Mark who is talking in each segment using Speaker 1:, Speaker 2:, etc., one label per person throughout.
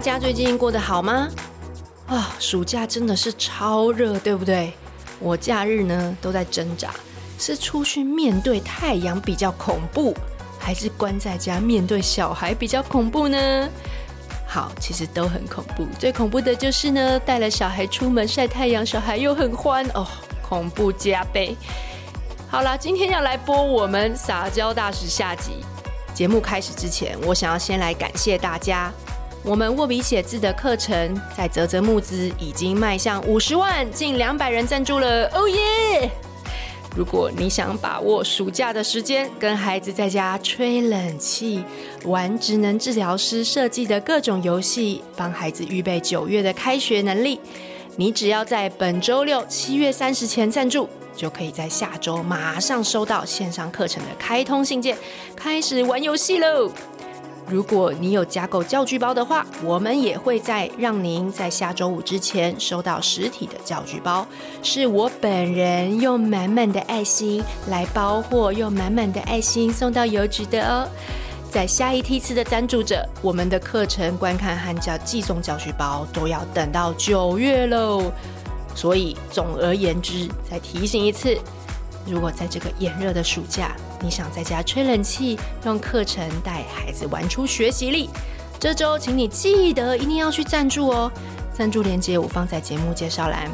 Speaker 1: 家最近过得好吗？啊，暑假真的是超热，对不对？我假日呢都在挣扎，是出去面对太阳比较恐怖，还是关在家面对小孩比较恐怖呢？好，其实都很恐怖。最恐怖的就是呢，带了小孩出门晒太阳，小孩又很欢哦，恐怖加倍。好啦，今天要来播我们撒娇大使下集。节目开始之前，我想要先来感谢大家。我们握笔写字的课程在泽泽募资已经迈向五十万，近两百人赞助了，哦耶！如果你想把握暑假的时间，跟孩子在家吹冷气、玩职能治疗师设计的各种游戏，帮孩子预备九月的开学能力，你只要在本周六七月三十前赞助，就可以在下周马上收到线上课程的开通信件，开始玩游戏喽！如果你有加购教具包的话，我们也会在让您在下周五之前收到实体的教具包，是我本人用满满的爱心来包货，用满满的爱心送到邮局的哦。在下一梯次的赞助者，我们的课程观看和教寄送教具包都要等到九月喽。所以总而言之，再提醒一次，如果在这个炎热的暑假，你想在家吹冷气，用课程带孩子玩出学习力，这周请你记得一定要去赞助哦。赞助链接我放在节目介绍栏。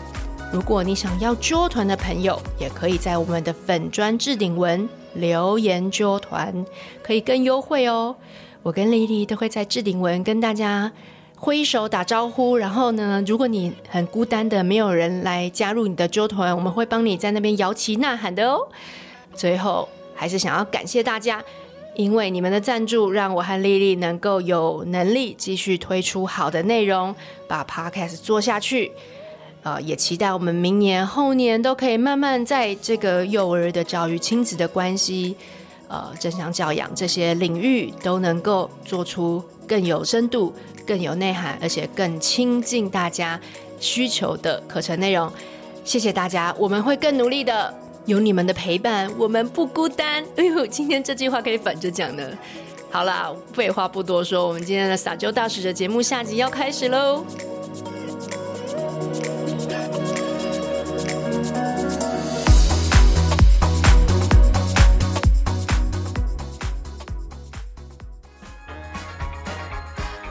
Speaker 1: 如果你想要揪团的朋友，也可以在我们的粉砖置顶文留言揪团，可以更优惠哦。我跟丽丽都会在置顶文跟大家挥手打招呼，然后呢，如果你很孤单的没有人来加入你的纠团，我们会帮你在那边摇旗呐喊的哦。最后，还是想要感谢大家，因为你们的赞助，让我和丽丽能够有能力继续推出好的内容，把 podcast 做下去。呃，也期待我们明年、后年都可以慢慢在这个幼儿的教育、亲子的关系、呃，正向教养这些领域都能够做出更有深度、更有内涵，而且更亲近大家需求的课程内容。谢谢大家，我们会更努力的。有你们的陪伴，我们不孤单。哎呦，今天这句话可以反着讲呢。好啦，废话不多说，我们今天的撒娇大使的节目下集要开始喽。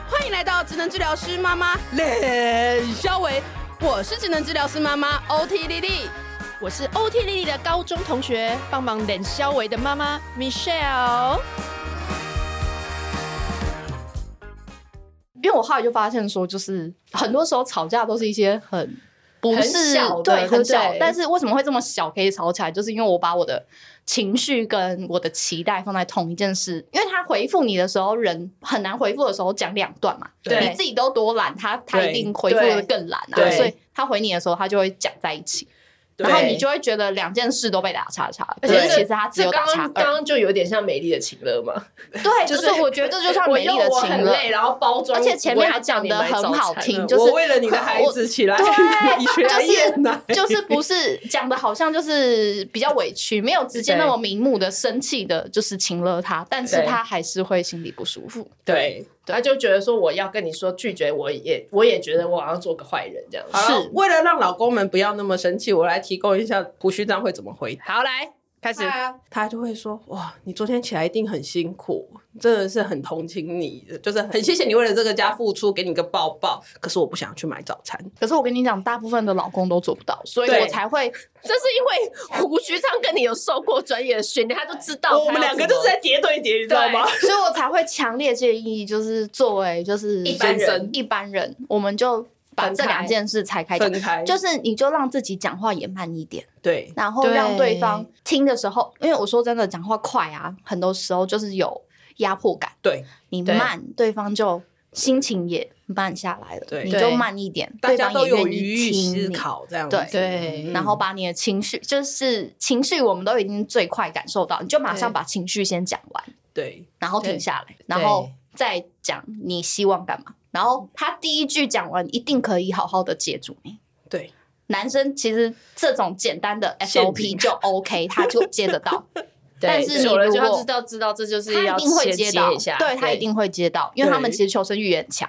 Speaker 2: 欢迎来到职能治疗师妈妈冷肖维，我是职能治疗师妈妈 OT 丽丽。
Speaker 1: 我是 OT 丽丽的高中同学，帮忙冷肖维的妈妈 Michelle。
Speaker 3: 因为我后来就发现说，就是很多时候吵架都是一些很不
Speaker 2: 很
Speaker 3: 是
Speaker 2: 小的对
Speaker 3: 对
Speaker 2: 不
Speaker 3: 很小
Speaker 2: 对，
Speaker 3: 但是为什么会这么小可以吵起来？就是因为我把我的情绪跟我的期待放在同一件事，因为他回复你的时候，人很难回复的时候讲两段嘛，
Speaker 2: 对
Speaker 3: 你自己都多懒，他他
Speaker 2: 对
Speaker 3: 一定回复的更懒啊，
Speaker 2: 对
Speaker 3: 所以他回你的时候，他就会讲在一起，然后你就会觉得两件事都被打叉叉，而
Speaker 4: 而且
Speaker 3: 且
Speaker 4: 这
Speaker 3: 其实他只
Speaker 4: 这
Speaker 3: 有打
Speaker 4: 刚
Speaker 3: 叉
Speaker 4: 刚刚
Speaker 3: 二，
Speaker 4: 刚就有点像美丽的情乐嘛，
Speaker 3: 对，
Speaker 4: 就
Speaker 3: 就是是我觉得这就算美丽的
Speaker 4: 我用我
Speaker 3: 情
Speaker 4: 很
Speaker 3: 了。
Speaker 4: 累，然后包装，
Speaker 3: 而且前面还讲得很好听就是
Speaker 4: 我为了你的孩子起 来，
Speaker 3: 哦对
Speaker 4: 以学来厌奶，
Speaker 3: 就是不是讲的好像就是比较委屈，没有直接那么明目的生气的，就是情了他，但是
Speaker 4: 对
Speaker 3: 他还是会心里不舒服。
Speaker 4: 对，他就觉得说我要跟你说拒绝，我也我也觉得我好像做个坏人这样子。
Speaker 3: 是
Speaker 4: 好
Speaker 2: 好，
Speaker 4: 为了让老公们不要那么生气，我来提供一下胡须章会怎么回答。好，来开始，他就会说：“哇，你昨天起来一定很辛苦，真的是很同情你，就是很谢谢你为了这个家付出，给你个抱抱。可是我不想去买早餐。
Speaker 3: 可是我跟你讲，大部分的老公都做不到，所以
Speaker 4: 对
Speaker 3: 我才会
Speaker 5: 这是因为胡须章跟你有受过专业的训练，他就知道
Speaker 4: 我们两个就是在叠对叠，你知道吗？
Speaker 3: 所以我才会强烈建议，就是作为就是
Speaker 4: 一般人
Speaker 3: 一般人，我们就把
Speaker 4: 分
Speaker 3: 这
Speaker 4: 开
Speaker 3: 两件事拆开
Speaker 4: 分
Speaker 3: 讲，
Speaker 4: 开
Speaker 3: 就是你就让自己讲话也慢一点。
Speaker 4: 对
Speaker 3: 然后
Speaker 1: 对
Speaker 3: 让对方听的时候，因为我说真的，讲话快啊，很多时候就是有压迫感。
Speaker 4: 对，
Speaker 3: 你
Speaker 1: 对
Speaker 3: 慢，对方就心情也慢下来了。
Speaker 4: 对
Speaker 3: 你
Speaker 1: 对
Speaker 3: 就慢一点，
Speaker 4: 大
Speaker 3: 对
Speaker 4: 家
Speaker 3: 方
Speaker 4: 都
Speaker 3: 也
Speaker 4: 有
Speaker 3: 愿
Speaker 4: 余
Speaker 3: 意
Speaker 4: 裕
Speaker 3: 听
Speaker 4: 思
Speaker 3: 你。
Speaker 4: 考这样子
Speaker 3: 对。
Speaker 1: 对
Speaker 4: 嗯
Speaker 3: 然后把你的情绪，就是情绪，我们都已经最快感受到，你就马上
Speaker 1: 对
Speaker 3: 把情绪先讲完，
Speaker 4: 对
Speaker 3: 然后停下来，然后再讲你希望干嘛。然后他第一句讲完，一定可以好好的接住你。
Speaker 4: 对，
Speaker 3: 男生其实这种简单的
Speaker 4: 陷
Speaker 3: SOP 就 OK，他就接得到。但是你
Speaker 5: 久了就
Speaker 3: 如
Speaker 5: 要
Speaker 3: 果
Speaker 5: 知道知道这就是
Speaker 3: 他
Speaker 5: 要
Speaker 3: 一定会
Speaker 5: 先
Speaker 3: 接
Speaker 5: 接
Speaker 3: 到，
Speaker 5: 一下，
Speaker 3: 对他一定会接到，因为他们
Speaker 4: 对
Speaker 3: 其实求生欲也很 强，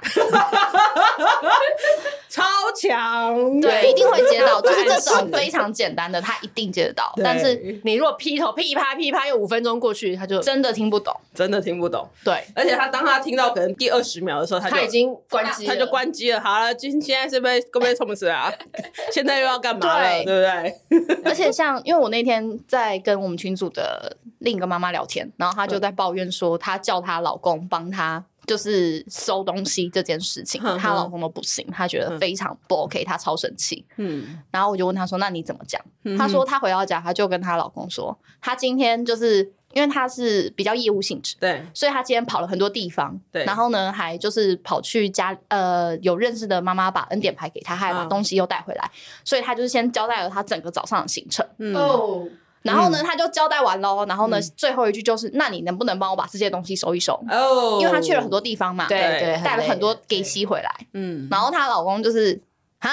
Speaker 4: 超强，
Speaker 3: 对，一定会接到，就是这
Speaker 5: 是
Speaker 3: 种非常简单的，他一定接得到，
Speaker 4: 对
Speaker 3: 但是
Speaker 5: 你如果劈头噼啪噼啪，又五分钟过去，他就
Speaker 3: 真的听不懂，
Speaker 4: 真的听不懂。
Speaker 3: 对，
Speaker 4: 而且他当他听到可能第二十秒的时候，他就
Speaker 5: 他已经关机了，
Speaker 4: 他就关机了。好了，今现在是被够被冲死啊！ 现在又要干嘛了？
Speaker 3: 对
Speaker 4: 对不对？
Speaker 3: 而且像，因为我那天在跟我们群组的另一个妈妈聊天，然后她就在抱怨说，她叫她老公帮她就是收东西这件事情
Speaker 4: 嗯哼，哼
Speaker 3: 她老公都不行，她觉得非常不 OK，她超生气。
Speaker 4: 嗯，
Speaker 3: 然后我就问她说：“那你怎么讲？”
Speaker 4: 嗯
Speaker 3: 她说她回到家，她就跟她老公说，她今天就是因为她是比较业务性质。
Speaker 4: 对，
Speaker 3: 所以她今天跑了很多地方，
Speaker 4: 对
Speaker 3: 然后呢，还就是跑去家呃有认识的妈妈把恩典牌给她，还把
Speaker 4: 嗯
Speaker 3: 东西又带回来，所以她就是先交代了她整个早上的行程，
Speaker 4: 嗯，
Speaker 5: 哦，
Speaker 3: 然后呢，他就交代完喽。然后
Speaker 5: 嗯
Speaker 3: 呢，最后一句就是：“那你能不能帮我把这些东西收一收？”
Speaker 4: 哦，
Speaker 3: 因为他去了很多，地方嘛，
Speaker 5: 对
Speaker 4: 对
Speaker 5: 对，
Speaker 3: 带了
Speaker 5: 累
Speaker 3: 很多给息回来。
Speaker 4: 嗯，？”
Speaker 3: 然后她老公就是：“啊，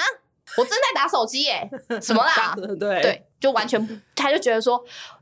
Speaker 3: 我正在打手机 耶，什么啦
Speaker 4: 对，
Speaker 3: 对，就完全不，他就觉得说，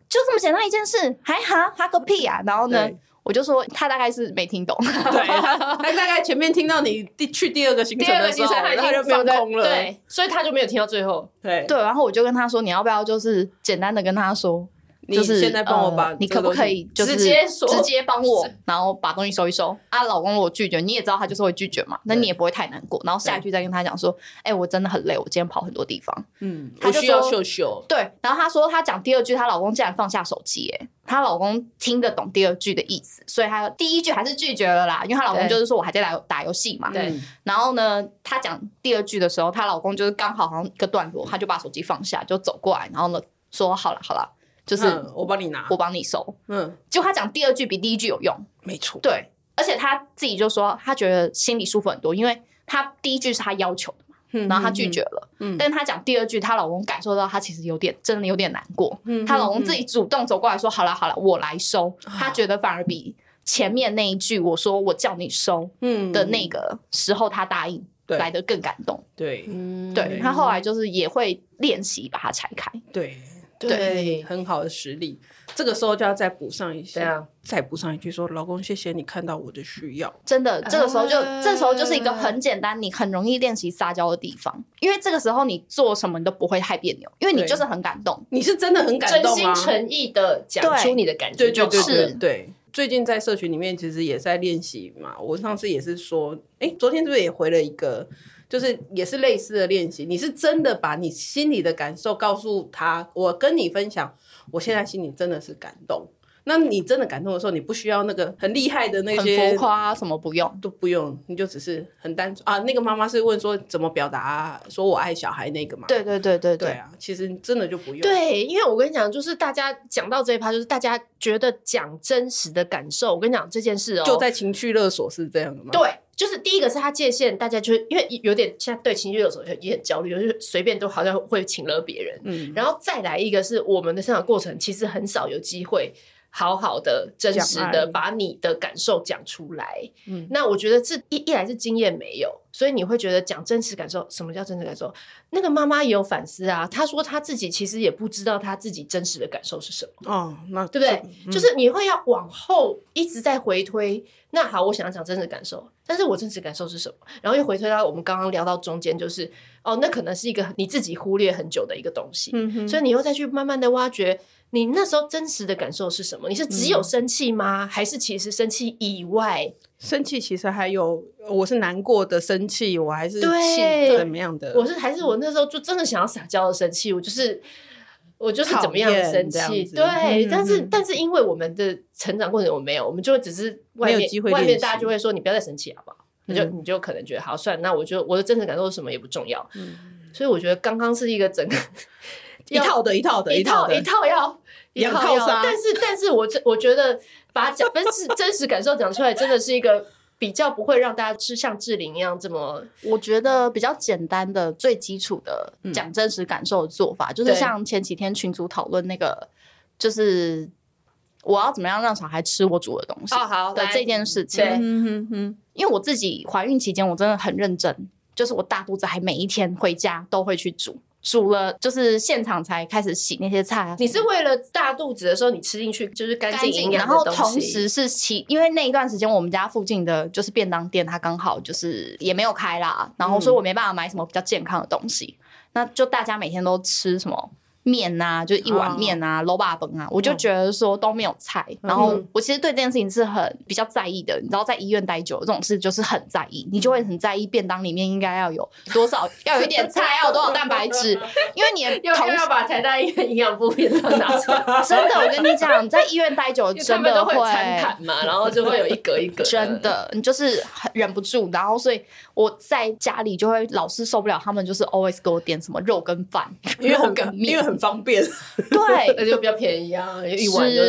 Speaker 3: 就这么简单一件事，还哈哈个屁啊！然后呢
Speaker 4: 对，
Speaker 3: 我就说他大概是没听懂，
Speaker 4: 对，他 他大概前面听到你第去第二个行程
Speaker 5: 第二
Speaker 4: 的
Speaker 5: 个
Speaker 4: 时
Speaker 5: 行
Speaker 4: 候，
Speaker 5: 程他已
Speaker 4: 他就
Speaker 5: 经
Speaker 4: 放
Speaker 5: 放在
Speaker 4: 空了，
Speaker 5: 对，所以他就没有听到最后。
Speaker 4: 对
Speaker 3: 对。然后我就跟他说：“你要不要就是简单的跟他说？”
Speaker 4: 你
Speaker 3: 就是
Speaker 4: 现在帮
Speaker 3: 呃
Speaker 4: 我把
Speaker 3: 你
Speaker 4: 这
Speaker 3: 可
Speaker 4: 个
Speaker 3: 不
Speaker 4: 东西
Speaker 3: 可以就是
Speaker 5: 直接说
Speaker 3: 直接帮我，然后把东西收一收啊？老公，我拒绝，你也知道他就是会拒绝嘛，那
Speaker 4: 对
Speaker 3: 你也不会太难过。然后下一句再跟他讲说，哎、我真的很累，我今天跑很多地方。
Speaker 4: 嗯，
Speaker 3: 他
Speaker 4: 我
Speaker 3: 就
Speaker 4: 需要
Speaker 3: 说
Speaker 4: 秀秀，
Speaker 3: 对，然后她说她讲第二句，她老公竟然放下手机，哎，她老公听得懂第二句的意思，所以她第一句还是拒绝了啦，因为她老公
Speaker 5: 对
Speaker 3: 就是说我还在打打游戏嘛。
Speaker 4: 嗯
Speaker 5: 对，
Speaker 3: 然后呢，她讲第二句的时候，她老公就是刚好好像一个段落，他就把手机放下，就走过来，然后呢说好了好了，就是
Speaker 4: 嗯我帮你拿，
Speaker 3: 我帮你收。
Speaker 4: 嗯，
Speaker 3: 就他讲第二句比第一句有用，
Speaker 4: 没错，
Speaker 3: 对，而且他自己就说他觉得心里舒服很多，因为他第一句是他要求的嘛，
Speaker 4: 嗯
Speaker 3: 然后他拒绝，了，
Speaker 4: 嗯
Speaker 3: 但是他讲第二句，她老公感受到她其实有点真的有点难过，
Speaker 4: 嗯
Speaker 3: 她、老公自
Speaker 4: 己
Speaker 3: 己主动走过来说好了好了，我来收，
Speaker 4: 嗯
Speaker 3: 他觉得反而比前面那一句我说我叫你收
Speaker 4: 嗯
Speaker 3: 的那个时候他答应
Speaker 4: 对
Speaker 3: 来的更感动，
Speaker 4: 对
Speaker 5: 嗯，
Speaker 3: 对他后来就是也会练习把它拆开，
Speaker 4: 对
Speaker 5: 对，
Speaker 4: 很好的实力，这个时候就要再补上一些，
Speaker 5: 对啊，
Speaker 4: 再补上一句说，老公，谢谢你看到我的需要，
Speaker 3: 真的，这个时候就、
Speaker 5: 啊
Speaker 3: 这时候就是一个很简单，你很容易练习撒娇的地方，因为这个时候你做什么你都不会太别扭，因为你
Speaker 4: 对
Speaker 3: 就是很感动。
Speaker 4: 你是真的很感
Speaker 5: 真
Speaker 4: 动
Speaker 5: 心
Speaker 4: 啊，
Speaker 5: 诚意的讲
Speaker 3: 对
Speaker 5: 出你的感
Speaker 4: 对对
Speaker 5: 觉就
Speaker 4: 对
Speaker 5: 好
Speaker 4: 对
Speaker 5: 了。
Speaker 3: 是
Speaker 4: 对。最近在社群里面其实也在练习嘛，我上次也是说，哎、昨天是不是也回了一个，就是也是类似的练习？你是真的把你心里的感受告诉他，我跟你分享，我现在心里真的是感动。那你真的感动的时候，你不需要那个很厉害的那
Speaker 3: 很
Speaker 4: 些
Speaker 3: 浮夸、啊，什么不用，
Speaker 4: 都不用，你就只是很单纯啊。那个妈妈是问说怎么表达、说我爱小孩那个嘛？
Speaker 3: 对对对对
Speaker 4: 对，啊，其实真的就不用。
Speaker 5: 对，因为我跟你讲，就是大家讲到这一趴，就是大家觉得讲真实的感受。我跟你讲这件事哦，
Speaker 4: 就在情绪勒索是这样的吗？
Speaker 5: 对，就是第一个是他界限，大家就是因为有点现在对情绪有时候也很焦虑，就是随便都好像会请了别人。
Speaker 4: 嗯，
Speaker 5: 然后再来一个是我们的生长过程，其实很少有机会好好的、真实
Speaker 4: 讲爱
Speaker 5: 的把你的感受讲出来。
Speaker 4: 嗯
Speaker 5: 嗯，那我觉得这一一来是经验没有，所以你会觉得讲真实感受，什么叫真实感受？那个妈妈也有反思啊，她说她自己其实也不知道她自己真实的感受是什么。
Speaker 4: 哦，那
Speaker 5: 对不对？
Speaker 4: 这
Speaker 5: 就
Speaker 4: 嗯
Speaker 5: 是你会要往后一直在回推。那好，我想要讲真实感受，但是我真实感受是什么？然后又回推到我们刚刚聊到中间，就是哦，那可能是一个你自己忽略很久的一个东西，
Speaker 4: 嗯哼
Speaker 5: 所以你又再去慢慢的挖掘。你那时候真实的感受是什么？你是只有生气吗？还是其实生气以外？
Speaker 4: 生气其实还有，我是难过的生气，我还是
Speaker 5: 对
Speaker 4: 气怎么样的？嗯
Speaker 5: 我是还是我那时候就真的想要撒娇的生气，我就是我就是
Speaker 4: 讨
Speaker 5: 怎么样的
Speaker 4: 厌
Speaker 5: 生
Speaker 4: 这样
Speaker 5: 气，
Speaker 4: 子
Speaker 5: 对。
Speaker 4: 嗯
Speaker 5: 但是
Speaker 4: 嗯
Speaker 5: 但是因为我们的成长过程我没有，我们就会只是外
Speaker 4: 没有
Speaker 5: 面
Speaker 4: 机会
Speaker 5: 外
Speaker 4: 练
Speaker 5: 面
Speaker 4: 习
Speaker 5: 大家就会说你不要再生气好不好？你就
Speaker 4: 嗯
Speaker 5: 你就可能觉得好算了，那我就我的真实感受是什么也不重要。所以我觉得刚刚是一个整个
Speaker 4: 嗯一套的，一套的，
Speaker 5: 一套
Speaker 4: 的
Speaker 5: 一。套要
Speaker 4: 两
Speaker 5: 一
Speaker 4: 套
Speaker 5: 要
Speaker 4: 杀
Speaker 5: 但是但是我这我觉得把它讲但是真实感受讲出来，真的是一个比较不会让大家是像志玲一样这么
Speaker 3: 我觉得比较简单的、最基础的
Speaker 4: 嗯
Speaker 3: 讲真实感受的做法，就是
Speaker 5: 对
Speaker 3: 像前几天群组讨论那个，就是我要怎么样让小孩吃我煮的东西
Speaker 5: 好
Speaker 3: 的这件事情。
Speaker 5: 对
Speaker 4: 嗯哼哼，
Speaker 3: 因为我自己怀孕期间，我真的很认真，就是我大肚子还每一天回家都会去煮，煮了，就是现场才开始洗那些菜啊。
Speaker 5: 你是为了大肚子的时候，你吃进去就是干
Speaker 3: 干
Speaker 5: 净
Speaker 3: 净，
Speaker 5: 营
Speaker 3: 然
Speaker 5: 养的
Speaker 3: 后
Speaker 5: 东西
Speaker 3: 同时是其，因为那一段时间我们家附近的就是便当店，它刚好就是也没有开啦，然后所
Speaker 5: 嗯
Speaker 3: 以我没办法买什么比较健康的东西，那就大家每天都吃什么。面啊，就一碗面啊，
Speaker 5: 哦
Speaker 3: 捞把崩啊，我
Speaker 5: 嗯
Speaker 3: 就觉得说都没有菜。然后我其实对这件事情是很比较在意的，你知道，在医院待久了这种事就是很在意，你就会很在意便当里面应该要有多少，要有一点菜，要有多少蛋白质，因为 你的
Speaker 5: 要
Speaker 3: 同
Speaker 5: 要要把台大医院营养部片都拿出来，
Speaker 3: 真的，我跟你讲，在医院待久了
Speaker 5: 因为他
Speaker 3: 真
Speaker 5: 们
Speaker 3: 的
Speaker 5: 都
Speaker 3: 会
Speaker 5: 会有餐盘嘛，然后就会有一格一格，
Speaker 3: 真。的，你就是很忍不住，然后所以我在家里就会老是受不了，他们就是 always 给我点什么肉跟饭，
Speaker 4: 因为
Speaker 3: 肉
Speaker 4: 很
Speaker 3: 跟
Speaker 4: 因
Speaker 3: 面，
Speaker 4: 为很方便，
Speaker 3: 对。
Speaker 5: 而且又比较便宜啊，一碗就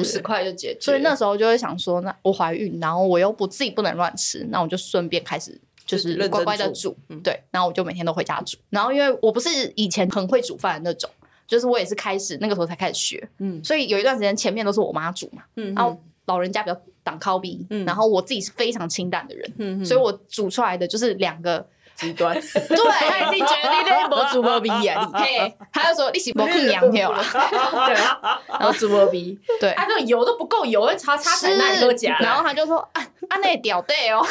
Speaker 5: 五十块就解决。
Speaker 3: 所以那时候就会想说，那我怀孕，然后我又不自己不能乱吃，那我就顺便开始就
Speaker 4: 就是认
Speaker 3: 是
Speaker 4: 真嗯
Speaker 3: 乖乖的
Speaker 4: 煮
Speaker 3: 煮，对，然后我就每天都回家煮。然后因为我不是以前很会煮饭的那种，就是我也是开始那个时候才开始学，
Speaker 4: 嗯
Speaker 3: 所以有一段时间前面都是我妈煮嘛，
Speaker 4: 嗯
Speaker 3: 然后老人家比较挡靠鼻，
Speaker 4: 嗯
Speaker 3: 然后我自己是非常清淡的人，
Speaker 4: 嗯
Speaker 3: 所以我煮出来的就是两个，
Speaker 4: 极端，
Speaker 3: 对，他一定觉得你 那没煮没鼻啊，你嘿，他就说你是没去娘票啦，
Speaker 5: 然后猪肉皮，
Speaker 3: 对，
Speaker 5: 啊它那个油都不够油，擦擦
Speaker 3: 是
Speaker 5: 奶奶都假
Speaker 3: 然后
Speaker 5: 了。
Speaker 3: 他就说啊啊那屌对哦，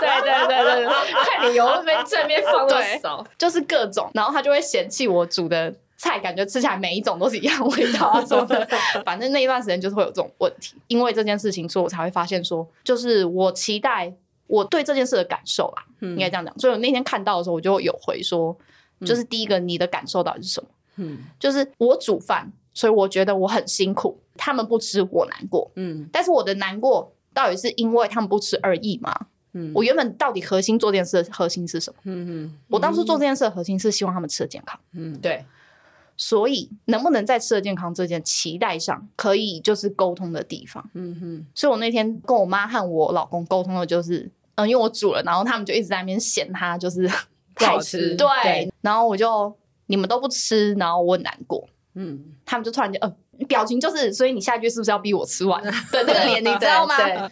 Speaker 5: 对对对对对，看你油那边这边放多少，
Speaker 3: 就是各种，然后他就会嫌弃我煮的。菜感觉吃起来每一种都是一样味道啊什么 的，反正那一段时间就是会有这种问题。因为这件事情，所以我才会发现说，就是我期待我对这件事的感受啦，
Speaker 4: 嗯
Speaker 3: 应该这样讲。所以我那天看到的时候，我就有回说，就是第一个你的感受到底是什么？
Speaker 4: 嗯
Speaker 3: 就是我煮饭，所以我觉得我很辛苦，他们不吃我难过，
Speaker 4: 嗯
Speaker 3: 但是我的难过到底是因为他们不吃而已吗？
Speaker 4: 嗯
Speaker 3: 我原本到底核心做这件事的核心是什么？
Speaker 4: 嗯
Speaker 3: 我当初做这件事的核心是希望他们吃的健康，
Speaker 4: 嗯
Speaker 5: 对，
Speaker 3: 所以能不能在吃的健康这件期待上可以就是沟通的地方。
Speaker 4: 嗯嗯，
Speaker 3: 所以我那天跟我妈和我老公沟通的就是，嗯，因为我煮了，然后他们就一直在那边嫌他就是
Speaker 5: 不
Speaker 3: 太
Speaker 5: 好吃
Speaker 3: 对，
Speaker 5: 对
Speaker 3: 然后我就你们都不吃，然后我很难过，
Speaker 4: 嗯，
Speaker 3: 他们就突然间，呃，表情就是，所以你下一句是不是要逼我吃 完的那个脸，你知道吗？
Speaker 5: 对对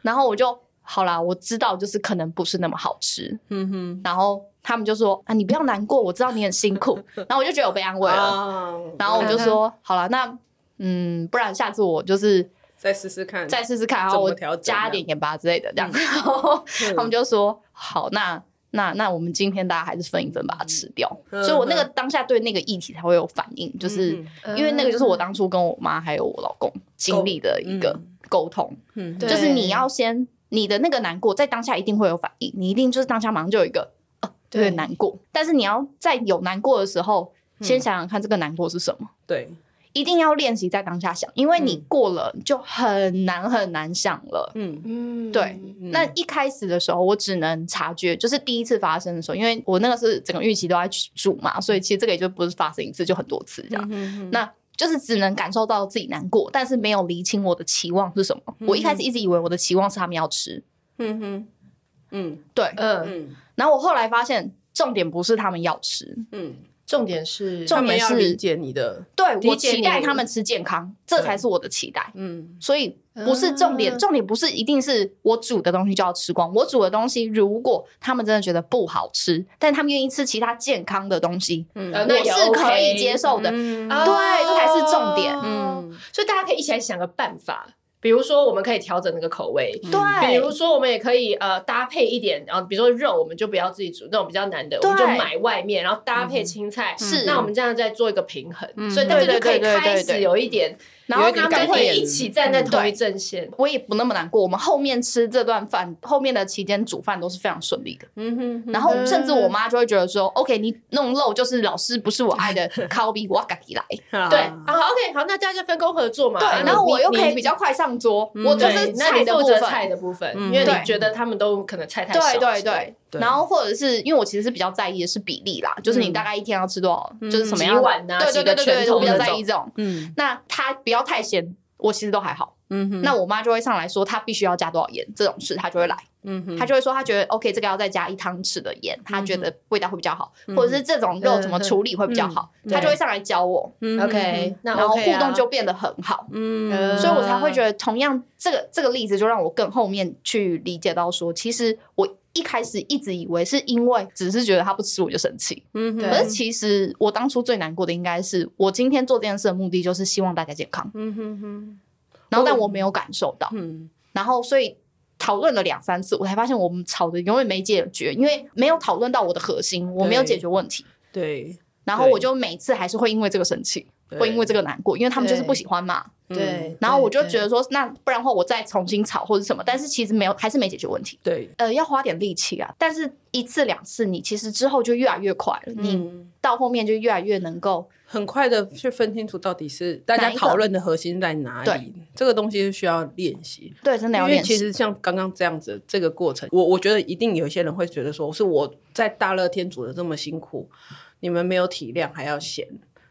Speaker 3: 然后我就好啦，我知道就是可能不是那么好吃，
Speaker 4: 嗯哼，
Speaker 3: 然后他们就说啊，你不要难过，我知道你很辛 苦，然后我就觉得我被安慰了，
Speaker 4: 啊
Speaker 3: 然后我就说好啦，那嗯，不然下次我就是
Speaker 4: 再试试看，
Speaker 3: 再试试看，然
Speaker 4: 怎
Speaker 3: 后
Speaker 4: 么
Speaker 3: 我
Speaker 4: 调整
Speaker 3: 加
Speaker 4: 啊
Speaker 3: 一点盐巴之类的这 样，然后
Speaker 4: 嗯
Speaker 3: 他们就说好，那那那我们今天大家还是分一分把它吃掉，
Speaker 4: 嗯
Speaker 3: 所以我那个当下对那个议题才会有反应，就是。
Speaker 4: 嗯
Speaker 3: 因为那个就是我当初跟我妈还有我老公经历的一个沟通，
Speaker 4: 嗯
Speaker 5: 对
Speaker 3: 就是你要先你的那个难过在当下一定会有反应，你一定就是当下马上就有一个呃有
Speaker 5: 对嗯
Speaker 3: 点难过，但是你要在有难过的时候，
Speaker 4: 嗯
Speaker 3: 先想想看这个难过是什么。
Speaker 4: 对，
Speaker 3: 一定要练习在当下想，因为你
Speaker 4: 嗯
Speaker 3: 过了就很难很难想了。
Speaker 4: 嗯
Speaker 5: 嗯，
Speaker 3: 对
Speaker 4: 嗯
Speaker 3: 那一开始的时候，我只能察觉，就是第一次发生的时候，因为我那个是整个孕期都在煮嘛，所以其实这个也就不是发生一次，就很多次这样。
Speaker 4: 嗯那
Speaker 3: 那就是只能感受到自己难过，但是没有厘清我的期望是什么。我一开始一直以为我的期望是他们要吃，
Speaker 4: 嗯哼，嗯
Speaker 3: 对，
Speaker 5: 嗯，
Speaker 4: 嗯
Speaker 3: 然后我后来发现重点不是他们要吃，
Speaker 4: 嗯，
Speaker 5: 重点是
Speaker 3: 重
Speaker 4: 他们
Speaker 3: 点
Speaker 4: 要
Speaker 3: 是
Speaker 4: 理解你的，
Speaker 3: 对
Speaker 5: 理
Speaker 3: 我
Speaker 5: 解
Speaker 3: 期待他们吃健康，这才是我的期待。
Speaker 4: 嗯
Speaker 3: 所以不是重点，
Speaker 5: 啊
Speaker 3: 重点不是一定是我煮的东西就要吃光。我煮的东西，如果他们真的觉得不好吃，但他们愿意吃其他健康的东西，
Speaker 5: 呃
Speaker 4: 嗯
Speaker 5: 那
Speaker 3: 我
Speaker 5: 也
Speaker 3: 是可
Speaker 5: OK 哦
Speaker 3: 以接受的。
Speaker 4: 嗯
Speaker 5: 啊
Speaker 3: 对这才是重点
Speaker 4: 嗯
Speaker 5: 所以大家可以一起来想个办法，比如说我们可以调整那个口味，
Speaker 3: 对，
Speaker 5: 嗯比如说我们也可以呃搭配一点，然后比如说肉我们就不要自己煮那种比较难的，我
Speaker 3: 对嗯
Speaker 5: 们就买外面，然后搭配青菜，
Speaker 3: 是
Speaker 5: 那我们这样再做一个平衡，
Speaker 4: 嗯
Speaker 5: 所以大家就可
Speaker 3: 对对
Speaker 5: 以
Speaker 3: 对对
Speaker 5: 开
Speaker 3: 对
Speaker 5: 始
Speaker 3: 对
Speaker 5: 有一点，
Speaker 3: 然后
Speaker 5: 有一点
Speaker 3: 他们
Speaker 5: 改变
Speaker 3: 会
Speaker 5: 一起站在同一阵线。
Speaker 3: 我也不那么难过。我们后面吃这顿饭，后面的期间煮饭都是非常顺利的。
Speaker 4: 嗯哼，
Speaker 3: 然后甚至我妈就会觉得说、o k 你弄漏就是老师不是我爱 的 ，copy 我自己来。
Speaker 5: 对啊好，OK，好，那大家就分工合作嘛。
Speaker 3: 对，
Speaker 5: 啊
Speaker 3: 然后我又可以。
Speaker 5: 你
Speaker 3: 比
Speaker 5: 你
Speaker 3: 较快上桌，
Speaker 4: 嗯
Speaker 3: 我就
Speaker 5: 对
Speaker 3: 是
Speaker 5: 那你
Speaker 3: 菜的
Speaker 5: 负
Speaker 3: 部
Speaker 5: 责
Speaker 3: 分。
Speaker 5: 菜的部分，
Speaker 4: 嗯
Speaker 5: 因为
Speaker 3: 对
Speaker 5: 你觉得他们都可能菜太少。
Speaker 3: 对对
Speaker 5: 之类的
Speaker 3: 对，然后或者是因为我其实是比较在意的是比例啦，就是你大概一天要吃多少，就是什么
Speaker 5: 嗯几
Speaker 3: 样的，
Speaker 5: 碗啊，
Speaker 3: 对
Speaker 5: 几
Speaker 3: 对
Speaker 5: 个
Speaker 3: 对对
Speaker 5: 拳
Speaker 3: 对，我
Speaker 5: 头
Speaker 3: 比较
Speaker 5: 那
Speaker 3: 在
Speaker 5: 种
Speaker 3: 意。这种。
Speaker 4: 嗯
Speaker 3: 那它不要太咸，我其实都还好。
Speaker 4: 嗯哼，
Speaker 3: 那我妈就会上来说，她必须要加多少盐，这种事她就会来。
Speaker 4: 嗯哼，
Speaker 3: 他就会说他觉得 OK，这个要再加一汤匙的盐，他
Speaker 5: 嗯
Speaker 3: 觉得味道会比较好，或者是这种肉怎么处理会比较好，
Speaker 5: 嗯嗯
Speaker 3: 他就会上来教我，
Speaker 4: 嗯哼
Speaker 5: OK，那
Speaker 3: 然后
Speaker 5: OK
Speaker 3: 互
Speaker 5: 啊
Speaker 3: 动就变得很好。
Speaker 4: 嗯
Speaker 5: 呃
Speaker 3: 所以我才会觉得，同样这个这个例子就让我更后面去理解到说，其实我一开始一直以为是因为只是觉得他不吃我就生气，
Speaker 4: 嗯哼，
Speaker 5: 对
Speaker 3: 可是其实我当初最难过的应该是我今天做这件事的目的就是希望大家健康，
Speaker 4: 嗯哼哼，
Speaker 3: 然后但我没有感受到，
Speaker 4: 嗯，
Speaker 3: 然后所以讨论了两三次，我才发现我们吵的永远没解决，因为没有讨论到我的核心，我没有解决问题，
Speaker 4: 对，
Speaker 3: 然后我就每次还是会因为这个生气，会因为这
Speaker 4: 个，
Speaker 3: 个难过，因为他们就是不喜欢嘛。
Speaker 4: 嗯
Speaker 5: 对，
Speaker 3: 然后我就
Speaker 5: 对
Speaker 3: 觉得说，那不然的话我再重新炒或者什么，但是其实没有，还是没解决问题。
Speaker 4: 对，
Speaker 3: 呃，要花点力气啊，但是一次两次，你其实之后就越来越快了，你
Speaker 4: 嗯。
Speaker 3: 到后面就越来越能够
Speaker 4: 很快的去分清楚到底是大家
Speaker 3: 哪一个
Speaker 4: 讨论的核心在哪
Speaker 3: 对
Speaker 4: 里，这个东西是需要练习。
Speaker 3: 对，真的
Speaker 4: 因
Speaker 3: 要
Speaker 4: 为
Speaker 3: 练
Speaker 4: 其
Speaker 3: 习。
Speaker 4: 实像刚刚这样子这个过程，我我觉得一定有一些人会觉得说，是我在大热天煮的这么辛苦，你们没有体谅还要嫌，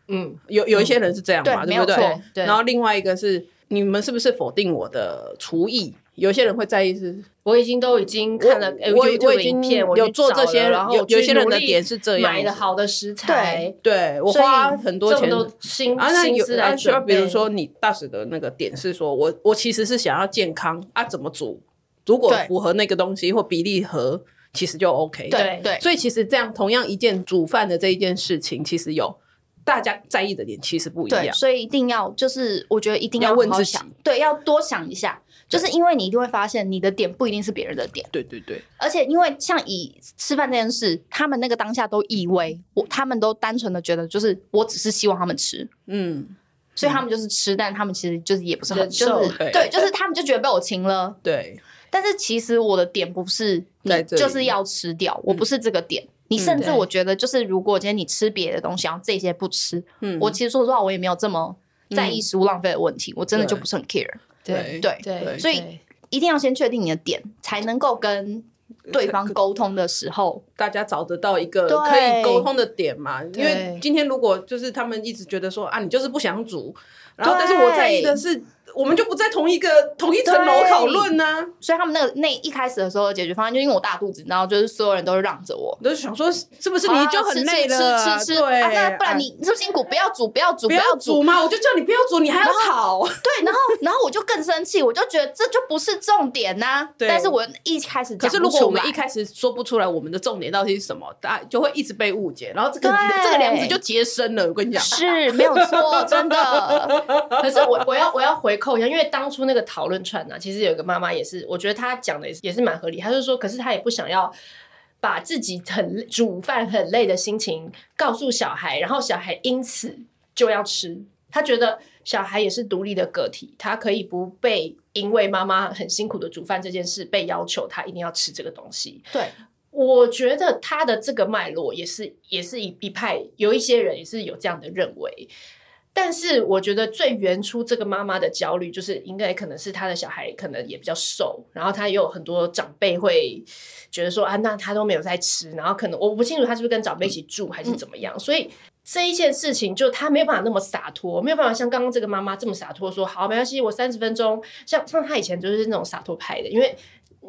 Speaker 5: 嗯，
Speaker 4: 有有一些人是这样
Speaker 3: 对
Speaker 4: 嘛，对不
Speaker 3: 没有
Speaker 4: 对
Speaker 3: 错？
Speaker 5: 对
Speaker 4: 然后另外一个是你们是不是否定我的厨艺？有些人会在意是，
Speaker 5: 我已经都已经看了哎呃
Speaker 4: 我我
Speaker 5: YouTube
Speaker 4: 我已经
Speaker 5: 影片，我
Speaker 4: 有
Speaker 5: 去
Speaker 4: 做这
Speaker 5: 找
Speaker 4: 些，
Speaker 5: 了然后
Speaker 4: 有
Speaker 5: 我
Speaker 4: 有
Speaker 5: 去
Speaker 4: 些人
Speaker 5: 努
Speaker 4: 的
Speaker 5: 力
Speaker 4: 点是这样
Speaker 5: 买了
Speaker 4: 子
Speaker 5: 好的食材，
Speaker 4: 对我
Speaker 5: 所以
Speaker 4: 花很多
Speaker 5: 这么
Speaker 4: 钱
Speaker 5: 多心
Speaker 4: 啊，那
Speaker 5: 心
Speaker 4: 有
Speaker 5: 思
Speaker 4: 啊，
Speaker 5: 来
Speaker 4: 需要
Speaker 5: 准备。
Speaker 4: 比如说你大使的那个点是说，我我其实是想要健康啊，怎么煮，如果
Speaker 3: 对
Speaker 4: 符合那个东西或比例合，其实就 OK。
Speaker 3: 对对
Speaker 4: 所以其实这样同样一件煮饭的这一件事情，其实有大家在意的点其实不一
Speaker 3: 对，
Speaker 4: 样。
Speaker 3: 所以一定要就是，我觉得一定
Speaker 4: 要
Speaker 3: 好
Speaker 4: 问
Speaker 3: 好
Speaker 4: 自己
Speaker 3: 想，对，要多想一下，就是因为你一定会发现你的点不一定是别人的点，
Speaker 4: 对对对，
Speaker 3: 而且因为像以吃饭这件事，他们那个当下都以为我，他们都单纯的觉得就是我只是希望他们吃，
Speaker 4: 嗯，
Speaker 3: 所以他们就是吃，但他们其实就是也不是很
Speaker 5: 忍受
Speaker 3: 就是
Speaker 4: 对
Speaker 3: 对，就是他们就觉得被我擒了。
Speaker 4: 对
Speaker 3: 但是其实我的点不是
Speaker 4: 在
Speaker 3: 你
Speaker 4: 这里嗯
Speaker 3: 就是要吃掉，我不是这个点。你甚至
Speaker 5: 对
Speaker 3: 我觉得就是，如果今天你吃别的东西，然后这些不吃，
Speaker 4: 嗯
Speaker 3: 我其实说实话，我也没有这么在意食物浪费的问题，我真的就不是很 care。
Speaker 5: 对
Speaker 4: 对
Speaker 3: 对，
Speaker 5: 对，
Speaker 3: 所以一定要先确定你的点，才能够跟对方沟通的时候，
Speaker 4: 大家找得到一个
Speaker 3: 对
Speaker 4: 可以沟通的点嘛？因
Speaker 5: 对
Speaker 4: 为今天如果就是他们一直觉得说啊，你就是不想煮，然后
Speaker 3: 对
Speaker 4: 但是我在意的是，我们就不在同一个同一层楼
Speaker 3: 对
Speaker 4: 讨论呢、啊。
Speaker 3: 所以他们那个那一开始的时候的解决方案，就因为我大肚子，然后就是所有人都让着我。
Speaker 4: 我就想说，是不是
Speaker 3: 啊
Speaker 4: 你就很累了啊？
Speaker 3: 吃吃吃吃吃，
Speaker 4: 对，
Speaker 3: 啊那不
Speaker 4: 啊
Speaker 3: 然你这么辛苦，不要煮，不要煮，
Speaker 4: 不要
Speaker 3: 煮
Speaker 4: 煮，嘛？我就叫你不要煮，你还要吵。
Speaker 3: 对，然后然后我就更生气，我就觉得这就不是重点呐、
Speaker 4: 对
Speaker 3: 但是我一开始
Speaker 4: 可
Speaker 3: 讲
Speaker 4: 是
Speaker 3: 不
Speaker 4: 如果
Speaker 3: 出
Speaker 4: 我们
Speaker 3: 来
Speaker 4: 一开始说不出来我们的重点到底是什么，大家就会一直被误解，然后这个
Speaker 3: 对啊
Speaker 4: 这个梁子就结深了。我跟你讲，
Speaker 3: 是没有 错，真的，
Speaker 5: 可是我我要我要回扣一下，因为当初那个讨论串呢、其实有一个妈妈也是，我觉得她讲的也是也是蛮合理。她就说，可是她也不想要把自己很煮饭很累的心情告诉小孩，然后小孩因此就要吃。她觉得小孩也是独立的个体，他可以不被因为妈妈很辛苦的煮饭这件事被要求他一定要吃这个东西。
Speaker 3: 对
Speaker 5: 我觉得他的这个脉络也是也是一一派，有一些人也是有这样的认为。但是我觉得最原初这个妈妈的焦虑，就是应该可能是她的小孩可能也比较瘦，然后她也有很多长辈会觉得说啊，那她都没有在吃，然后可能我不清楚她是不是跟长辈一起住还是怎么样，所以这一件事情就她没有办法那么洒脱，没有办法像刚刚这个妈妈这么洒脱说好没关系，我三十分钟，像像她以前就是那种洒脱派的，因为。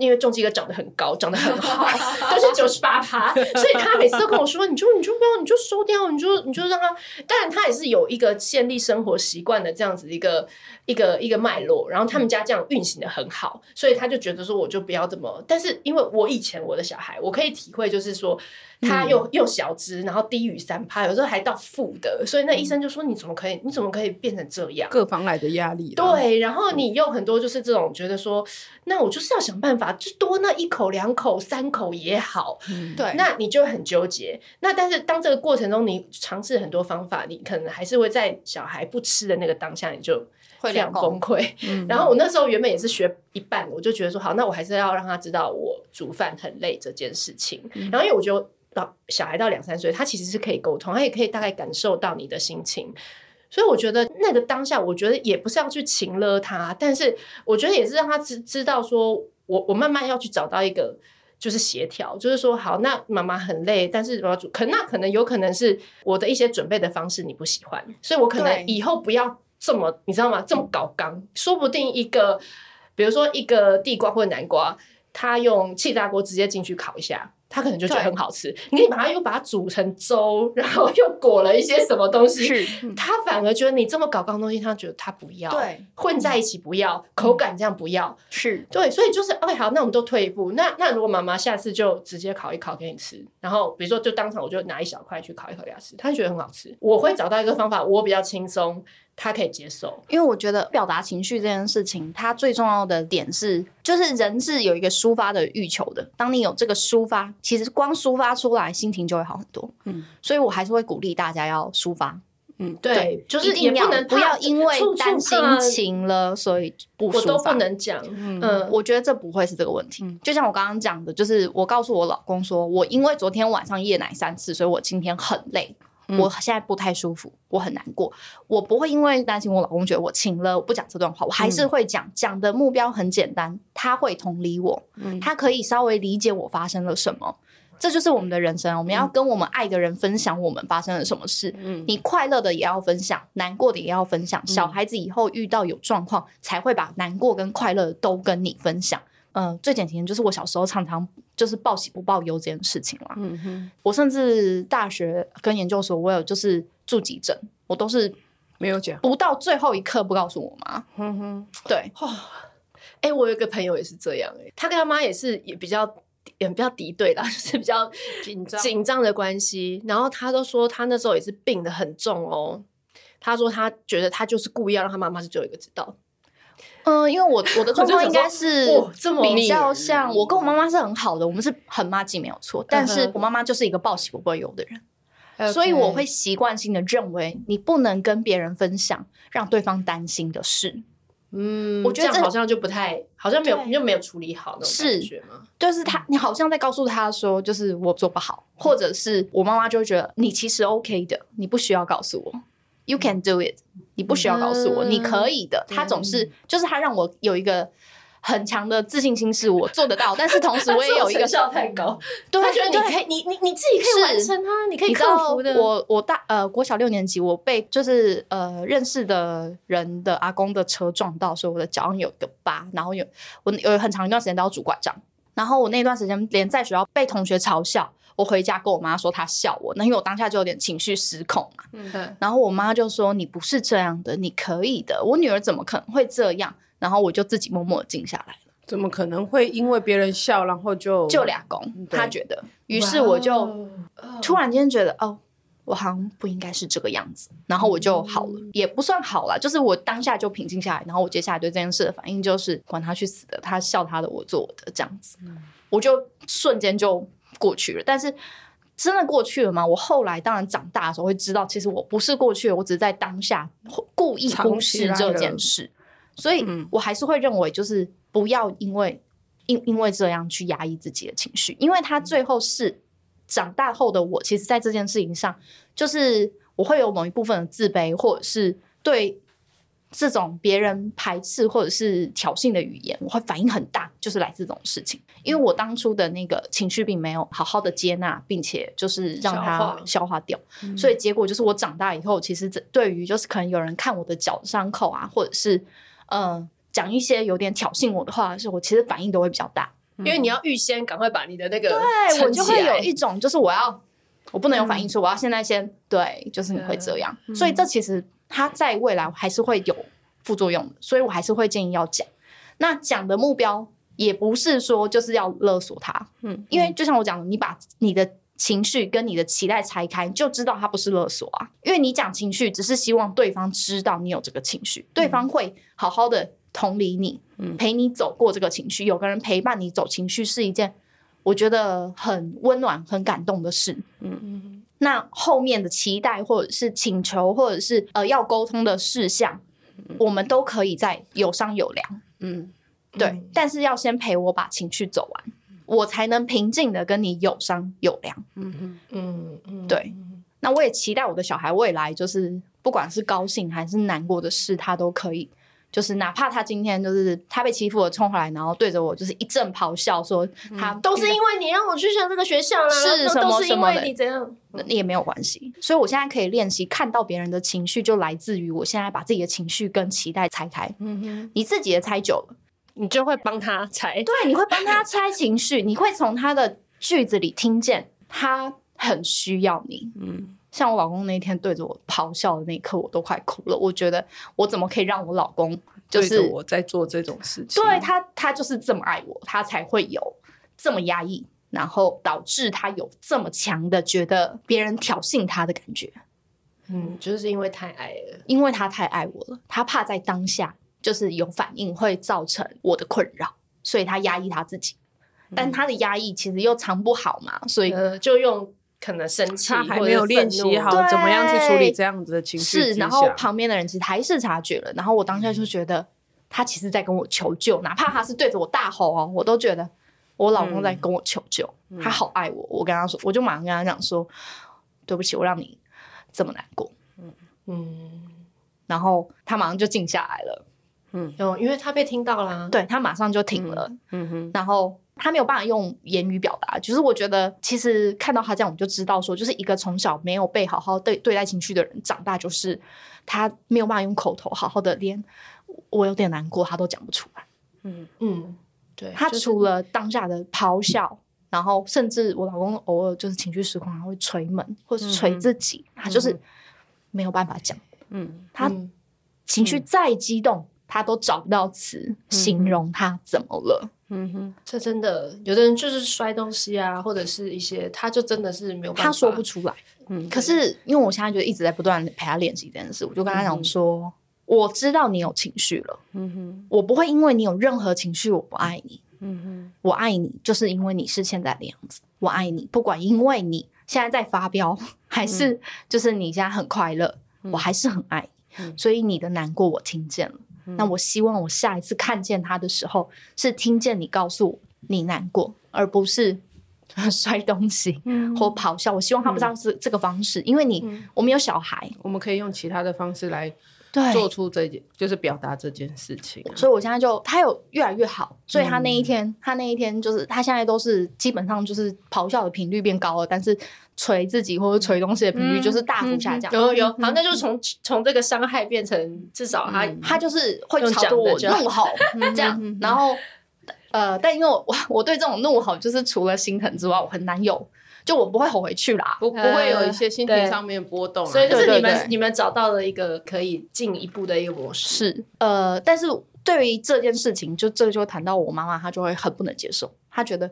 Speaker 5: 因为仲基哥长得很高，长得很好，都是九十八趴，所以他每次都跟我说：“你就你就不要，你就收掉，你就你就让他当然，他也是有一个建立生活习惯的这样子一个一个一个脉络，然后他们家这样运行的很好，所以他就觉得说，我就不要这么。但是因为我以前我的小孩，我可以体会，就是说他又、又小只，然后低于三趴，有时候还到负的，所以那医生就说，你怎么可以，你怎么可以变成这样？
Speaker 4: 各方来的压力。，
Speaker 5: 对，然
Speaker 3: 嗯
Speaker 5: 后你有很多就是这种觉得说，那我就是要想办法，就多那一口、两口、三口也好，
Speaker 3: 对，
Speaker 5: 那你就会很纠结。那但是当这个过程中，你尝试很多方法，你可能还是会在小孩不吃的那个当下，你就
Speaker 3: 会嗯
Speaker 5: 非
Speaker 3: 两
Speaker 5: 常崩
Speaker 3: 公
Speaker 5: 溃。 然后我那时候原本也是学一半，我就觉得说好，那我还是要让他知道我煮饭很累这件事情。
Speaker 3: 嗯
Speaker 5: 然后因为我觉得老小孩到两三岁，他其实是可以沟通，他也可以大概感受到你的心情。所以我觉得那个当下，我觉得也不是要去情勒他，但是我觉得也是让他知知道说我我慢慢要去找到一个就是协调，就是说好，那妈妈很累，但是我要煮，可那可能有可能是我的一些准备的方式你不喜欢，所以我可
Speaker 3: 对
Speaker 5: 能以后不要这么，你知道吗？这么搞刚，说不定一个，比如说一个地瓜或南瓜，他用气炸锅直接进去烤一下。他可能就觉得很好吃。
Speaker 3: 嗯
Speaker 5: 你可以把它又把它煮成粥，然后又裹了一些什么东西，他反而觉得你这么搞刚东西，他觉得他不要，
Speaker 3: 对，嗯
Speaker 5: 混在一起不要，口感这样不要，
Speaker 3: 是
Speaker 5: 对，所以就是 OK，好，那我们都退一步。那那如果妈妈下次就直接烤一烤给你吃，然后比如说就当场我就拿一小块去烤一烤给他吃，他觉得很好吃。我会找到一个方法，我比较轻松，他可以接受。
Speaker 3: 因为我觉得表达情绪这件事情，它最重要的点是，就是人是有一个抒发的欲求的。当你有这个抒发，其实光抒发出来，心情就会好很多。
Speaker 4: 嗯
Speaker 3: 嗯，所以我还是会鼓励大家要抒发，
Speaker 5: 对，就是
Speaker 3: 一
Speaker 5: 也
Speaker 3: 定要
Speaker 5: 不能
Speaker 3: 不
Speaker 5: 怕
Speaker 3: 要因为
Speaker 5: 处处
Speaker 3: 担心
Speaker 5: 怕
Speaker 3: 情了，所以啊不抒
Speaker 5: 我
Speaker 3: 发。
Speaker 5: 都不能讲，嗯，
Speaker 3: 我觉得这不会是这个问题。就像我刚刚讲的，就是我告诉我老公说，我因为昨天晚上夜奶三次，所以我今天很累，我现在不太舒服，我很难过。我不会因为担心我老公觉得我请了，我不讲这段话，我还是会讲。讲的目标很简单，他会同理我，他可以稍微理解我发生了什么。这就是我们的人生，我们要跟我们爱的人分享我们发生了什么事。你快乐的也要分享，难过的也要分享。
Speaker 5: 嗯
Speaker 3: 小孩子以后遇到有状况，才会把难过跟快乐都跟你分享。嗯、最典型的就是我小时候常常就是报喜不报忧这件事情啦。
Speaker 4: 嗯哼，
Speaker 3: 我甚至大学跟研究所，我有就是住急诊，我都是
Speaker 4: 没有讲，
Speaker 3: 不到最后一刻不告诉我妈。
Speaker 4: 嗯哼，
Speaker 3: 对，
Speaker 5: 哎、我有一个朋友也是这样、哎，他跟他妈也是也比较也比较敌对啦， 就是比较
Speaker 4: 紧张
Speaker 5: 紧张的关系。然后他都说他那时候也是病得很重哦。他说他觉得他就是故意要让他妈妈是只有一个知道，
Speaker 3: 嗯、因为我我的状况应该是
Speaker 5: 我就想说哇这么
Speaker 3: 比较像我跟我妈妈是很好的，我们是很妈鸡没有错，但
Speaker 5: 嗯
Speaker 3: 是
Speaker 5: 哼
Speaker 3: 我妈妈就是一个报喜不报忧的人。所以我会习惯性的认为，你不能跟别人分享让对方担心的事，
Speaker 5: 嗯，
Speaker 3: 我觉得
Speaker 5: 这
Speaker 3: 这
Speaker 5: 样好像就不太，好像没有
Speaker 3: 对
Speaker 5: 又没有处理好那种感
Speaker 3: 是
Speaker 5: 觉嘛。
Speaker 3: 就是
Speaker 5: 嗯
Speaker 3: 他，你好像在告诉他说，就是我做不好，或者是我妈妈就会觉得你其实 OK 的，你不需要告诉我，You can do it，你不需要告诉我，
Speaker 5: 嗯
Speaker 3: 你可以的。他总是就是他让我有一个很强的自信心，是我做得到，但是同时我也有一个
Speaker 5: 成效太高，
Speaker 3: 对，
Speaker 5: 他觉得你
Speaker 3: 对
Speaker 5: 可以，你你你自己可以
Speaker 3: 是
Speaker 5: 完成它，你可以
Speaker 3: 你知
Speaker 5: 克
Speaker 3: 道
Speaker 5: 服的。
Speaker 3: 我我大呃国小六年级，我被就是呃认识的人的阿公的车撞到，所以我的脚上有一个疤，然后有我有很长一段时间都要拄拐杖，然后我那段时间连在学校被同学嘲笑，我回家跟我妈说她笑我，那因为我当下就有点情绪失控嘛，
Speaker 5: 嗯
Speaker 3: 然后我妈就说你不是这样的，你可以的，我女儿怎么可能会这样？然后我就自己默默地静下来，
Speaker 4: 怎么可能会因为别人笑，然后就嗯
Speaker 3: 就俩公，
Speaker 4: 对哦嗯
Speaker 3: 她觉得，于是我就突
Speaker 5: 然
Speaker 3: 然间觉得哦，我好像不应该是这个样子，然后我
Speaker 4: 嗯
Speaker 3: 就好了，也不算好了，就是我当下就平静下来，然后我接下来对这件事的反应就是管他去死的，他笑他的，我做我的这样子，
Speaker 4: 嗯
Speaker 3: 我就瞬间就过去了，但是。真的过去了吗？我后来当然长大的时候会知道，其实我不是过去了，我只是在当下故意忽视
Speaker 4: 藏起来
Speaker 3: 这
Speaker 4: 了
Speaker 3: 件事，所以
Speaker 4: 嗯
Speaker 3: 我还是会认为，就是不要因为因因为这样去压抑自己的情绪，因为他
Speaker 5: 嗯
Speaker 3: 最后是长大后的我，其实在这件事情上，就是我会有某一部分的自卑，或者是对这种别人排斥或者是挑衅的语言，我会反应很大，就是来自这种事情。因
Speaker 5: 嗯
Speaker 3: 为我当初的那个情绪并没有好好的接纳，并且就是让
Speaker 5: 消
Speaker 3: 它
Speaker 5: 化嗯
Speaker 3: 消化掉，所以结果就是我长大以后，其实这对于就是可能有人看我的脚伤口啊，或者是呃讲一些有点挑衅我的话的时候，我其实反应都会比较大。
Speaker 5: 因为你要预先赶快把你的那个
Speaker 3: 对我
Speaker 5: 撑
Speaker 3: 就
Speaker 5: 起
Speaker 3: 会有
Speaker 5: 来，嗯
Speaker 3: 一种就是我要我不能有反应，说我要现在先对，就是你会这样，所以这其实它在未来还是会有副作用的，所以我还是会建议要讲。那讲的目标也不是说就是要勒索他，嗯，因为就像我讲的，你把你的。情绪跟你的期待拆开，就知道它不是勒索啊。因为你讲情绪，只是希望对方知道你有这个情绪，对
Speaker 5: 嗯
Speaker 3: 方会好好的同理你，陪你走过这个情绪。有个人陪伴你走情绪是一件我觉得很温暖、很感动的事。嗯，那后面的期待或者是请求，或者是呃要沟通的事项，我们都可以在有商有量。
Speaker 4: 嗯
Speaker 3: 对，但是要先陪我把情绪走完，我才能平静的跟你有商有量。
Speaker 4: 嗯哼，
Speaker 5: 嗯嗯，
Speaker 3: 对，那我也期待我的小孩未来就是，不管是高兴还是难过的事，他都可以。就是哪怕他今天就是他被欺负了，冲回来，然后对着我就是一阵咆哮，说他
Speaker 5: 都是因为你让我去上这个学校啦，
Speaker 3: 呃是
Speaker 5: 都
Speaker 3: 什么
Speaker 5: 都是
Speaker 3: 什
Speaker 5: 因
Speaker 3: 么
Speaker 5: 为
Speaker 3: 的
Speaker 5: 你怎样？
Speaker 3: 那也没有关系。所以我现在可以练习看到别人的情绪，就来自于我现在把自己的情绪跟期待拆开。你自己也拆久了，
Speaker 5: 你就会帮他拆，
Speaker 3: 对，你会帮他拆情绪，你会从他的句子里听见他很需要你。
Speaker 4: 嗯，
Speaker 3: 像我老公那一天对着我咆哮的那一刻，我都快哭了。我觉得我怎么可以让我老公就
Speaker 4: 对着
Speaker 3: 是
Speaker 4: 我在做这种事情，
Speaker 3: 对他，他就是这么爱我，他才会有这么压抑，然后导致他有这么强的觉得别人挑衅他的感觉，
Speaker 5: 嗯，就是因为太爱了，
Speaker 3: 因为他太爱我了，他怕在当下就是有反应会造成我的困扰，所以他压抑他自己。但他的压抑其实又藏不好嘛，所以
Speaker 5: 呃，就用可能生气
Speaker 4: 他还
Speaker 5: 或者
Speaker 4: 没有
Speaker 5: 是
Speaker 4: 练
Speaker 5: 愤
Speaker 4: 习
Speaker 5: 怒
Speaker 4: 好
Speaker 3: 对
Speaker 4: 怎么样去处理这样子的情绪
Speaker 3: 是，
Speaker 4: 之
Speaker 3: 然后
Speaker 4: 下嗯
Speaker 3: 旁边的人其实还是察觉了，然后我当下就觉得他其实在跟我求救，哪怕他是对着我大吼哦，我都觉得我老公
Speaker 4: 嗯
Speaker 3: 在跟我求救，他好爱我，我跟他说，我就马上跟他讲说，对不起，我让你这么难过，
Speaker 5: 嗯，
Speaker 3: 然后他马上就静下来了，
Speaker 5: 哦，因为他被听到啦，，
Speaker 3: 对他马上就停了，
Speaker 4: 嗯哼，
Speaker 3: 然后他没有办法用言语表达，就是我觉得其实看到他这样，我们就知道说，就是一个从小没有被好好对对待情绪的人，长大就是他没有办法用口头好好的连我我有点难过，他都讲不出来。
Speaker 5: 嗯，对，
Speaker 3: 他
Speaker 5: 就是
Speaker 3: 除了当下的咆哮，然后甚至我老公偶尔就是情绪失控，他会捶门或是捶自己，他就是没有办法讲，
Speaker 4: 嗯，
Speaker 3: 他
Speaker 5: 嗯
Speaker 3: 情绪再激动，他都找不到
Speaker 5: 嗯
Speaker 3: 词形容他怎么了。
Speaker 4: 嗯哼，
Speaker 5: 这真的，有的人就是摔东西啊，或者是一些，他就真的是没有办法，
Speaker 3: 他说不出来。
Speaker 4: 嗯
Speaker 3: 可是因为我现在就一直在不断地陪他练习这件事，我就跟他讲说，我知道你有情绪了，
Speaker 4: 嗯哼，
Speaker 3: 我不会因为你有任何情绪我不爱你，
Speaker 4: 嗯哼，
Speaker 3: 我爱你就是因为你是现在的样子，我爱你，不管因为你现在在发飙，还
Speaker 4: 嗯
Speaker 3: 是就是你现在很快乐，我还是很爱你，
Speaker 4: 嗯
Speaker 3: 所以你的难过我听见了。那我希望我下一次看见他的时候，是听见你告诉我你难过，而不是 摔东西或
Speaker 5: 嗯
Speaker 3: 咆哮。我希望他不知道这这个方式，因为你我们有小孩，
Speaker 4: 我们可以用其他的方式来
Speaker 3: 对
Speaker 4: 做出这件，就是表达这件事情啊。
Speaker 3: 所以我现在就他有越来越好，所以他那一
Speaker 5: 嗯
Speaker 3: 天、他那一天就是他现在都是基本上就是咆哮的频率变高了，但是捶自己或者捶东西的频
Speaker 5: 嗯
Speaker 3: 率就是大幅下降。
Speaker 5: 哦有有，好，那就从从这个伤害变成至少他
Speaker 3: 他就是会
Speaker 5: 用
Speaker 3: 朝着
Speaker 5: 讲的
Speaker 3: 我
Speaker 5: 就好
Speaker 3: 怒吼这样， 然后呃，但因为我我 我对这种怒吼就是除了心疼之外，我很难有，就我不会吼回去啦。
Speaker 4: 不不会有一些心情
Speaker 5: 对
Speaker 4: 上面波动啊，
Speaker 5: 所以就
Speaker 3: 对
Speaker 5: 是
Speaker 3: 对
Speaker 5: 你们
Speaker 3: 对
Speaker 5: 你们找到了一个可以进一步的一个模式，
Speaker 3: 是呃，但是对于这件事情，就这就谈到我妈妈，她就会很不能接受，她觉得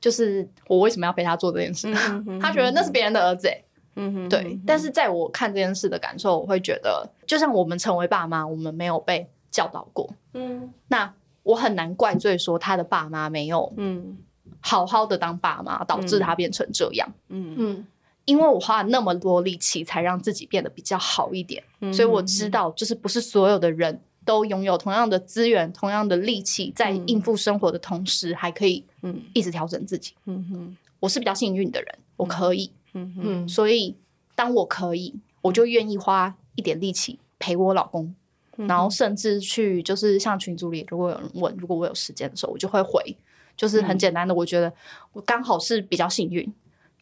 Speaker 3: 就是我为什么要陪她做这件事？ 她觉得那是别人的儿子、欸。
Speaker 4: 嗯哼，
Speaker 3: 对，但是在我看这件事的感受，我会觉得，就像我们成为爸妈，我们没有被教导过，
Speaker 5: 嗯，
Speaker 3: 那我很难怪罪说他的爸妈没有
Speaker 4: 嗯
Speaker 3: 好好的当爸妈，导致他变成这样。
Speaker 4: 嗯
Speaker 5: 嗯
Speaker 3: 因为我花了那么多力气，才让自己变得比较好一点，
Speaker 4: 嗯
Speaker 3: 所以我知道，就是不是所有的人都拥有同样的资源、同样的力气，在应付生活的同时，还可以
Speaker 4: 嗯
Speaker 3: 一直调整自己。
Speaker 4: 嗯哼
Speaker 3: 我是比较幸运的人，我可以，
Speaker 4: 嗯哼
Speaker 5: 嗯，
Speaker 3: 所以当我可以，我就愿意花一点力气陪我老
Speaker 4: 嗯
Speaker 3: 公，然后甚至去就是像群组里，如果有人问，如果我有时间的时候，我就会回，就是
Speaker 4: 嗯
Speaker 3: 很简单的，我觉得我刚好是比较幸运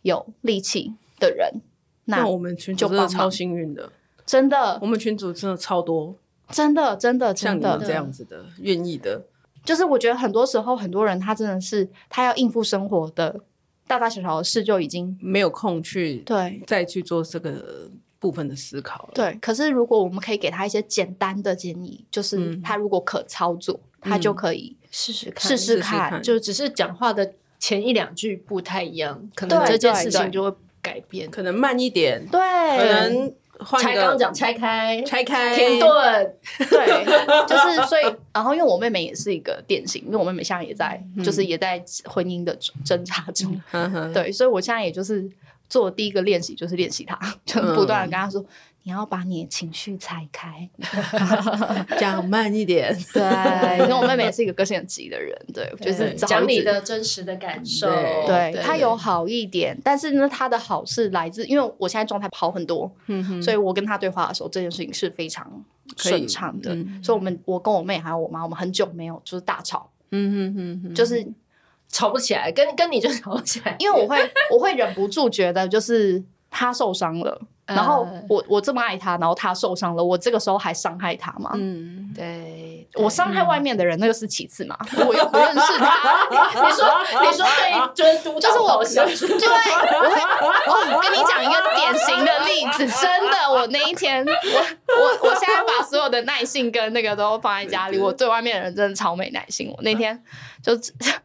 Speaker 3: 有力气的人，那
Speaker 4: 那我们群主真的
Speaker 3: 就帮
Speaker 4: 超
Speaker 3: 忙
Speaker 4: 幸运的，
Speaker 3: 真的
Speaker 4: 我们群主真的超多
Speaker 3: 真的真的
Speaker 4: 像
Speaker 3: 真
Speaker 4: 你们
Speaker 3: 的，
Speaker 4: 这样子的愿意的，
Speaker 3: 就是我觉得很多时候很多人他真的是他要应付生活的大大小小的事就已经
Speaker 4: 没有空去
Speaker 3: 对。
Speaker 4: 再去做这个部分的思考了。
Speaker 3: 对，可是如果我们可以给他一些简单的建议，就是
Speaker 4: 嗯
Speaker 3: 他如果可操作，他就可以
Speaker 5: 试试看，
Speaker 3: 试试
Speaker 4: 试嗯看
Speaker 3: 看。
Speaker 5: 就只是讲话的前一两句不太一样，可能
Speaker 3: 对
Speaker 5: 这件
Speaker 3: 对
Speaker 5: 事
Speaker 3: 对
Speaker 5: 情就会改变。
Speaker 4: 可能慢一点，可
Speaker 3: 对
Speaker 4: 能换
Speaker 5: 拆刚
Speaker 4: 个
Speaker 5: 讲拆开，
Speaker 4: 拆开
Speaker 5: 停
Speaker 3: 嗯
Speaker 5: 顿，
Speaker 3: 对，就是所以，然后因为我妹妹也是一个典型，因为我妹妹现在也在，就是也在婚姻的挣扎中，
Speaker 4: 嗯哼
Speaker 3: 对，所以我现在也就是做第一个练习，就是练习她，就
Speaker 4: 嗯
Speaker 3: 不断的跟她说，你要把你的情绪拆开，
Speaker 4: 讲慢一点，
Speaker 3: 对， 因为我妹妹也是一个个性很急的人，对，就是只好一
Speaker 5: 讲你
Speaker 3: 直
Speaker 5: 的哦真实的感受，
Speaker 4: 对
Speaker 3: 对他有好一点，但是呢，他的好是来自，因为我现在状态好很多，所以我跟他对话的时候，这件事情是非常
Speaker 4: 可以
Speaker 3: 顺畅的。所以我们我跟我妹还有我妈，我们很久没有就是大吵，
Speaker 4: 嗯哼哼哼，
Speaker 3: 就是
Speaker 5: 吵不起来，跟跟你就吵不起来，
Speaker 3: 因为我会我会忍不住觉得就是他受伤了，然后我我这么爱他，然后他受伤了，我这个时候还伤害他吗？
Speaker 4: 嗯，
Speaker 1: 对，
Speaker 3: 我伤害外面的人，那个是其次嘛，我又不认识他。
Speaker 5: 你说你说对，就是督
Speaker 3: 就是我，
Speaker 5: 导
Speaker 3: 对，我会，我跟你讲一个典型的例子，真的，我那一天，我我我现在把所有的耐性跟那个都放在家里，我对外面的人真的超没耐心。我那天就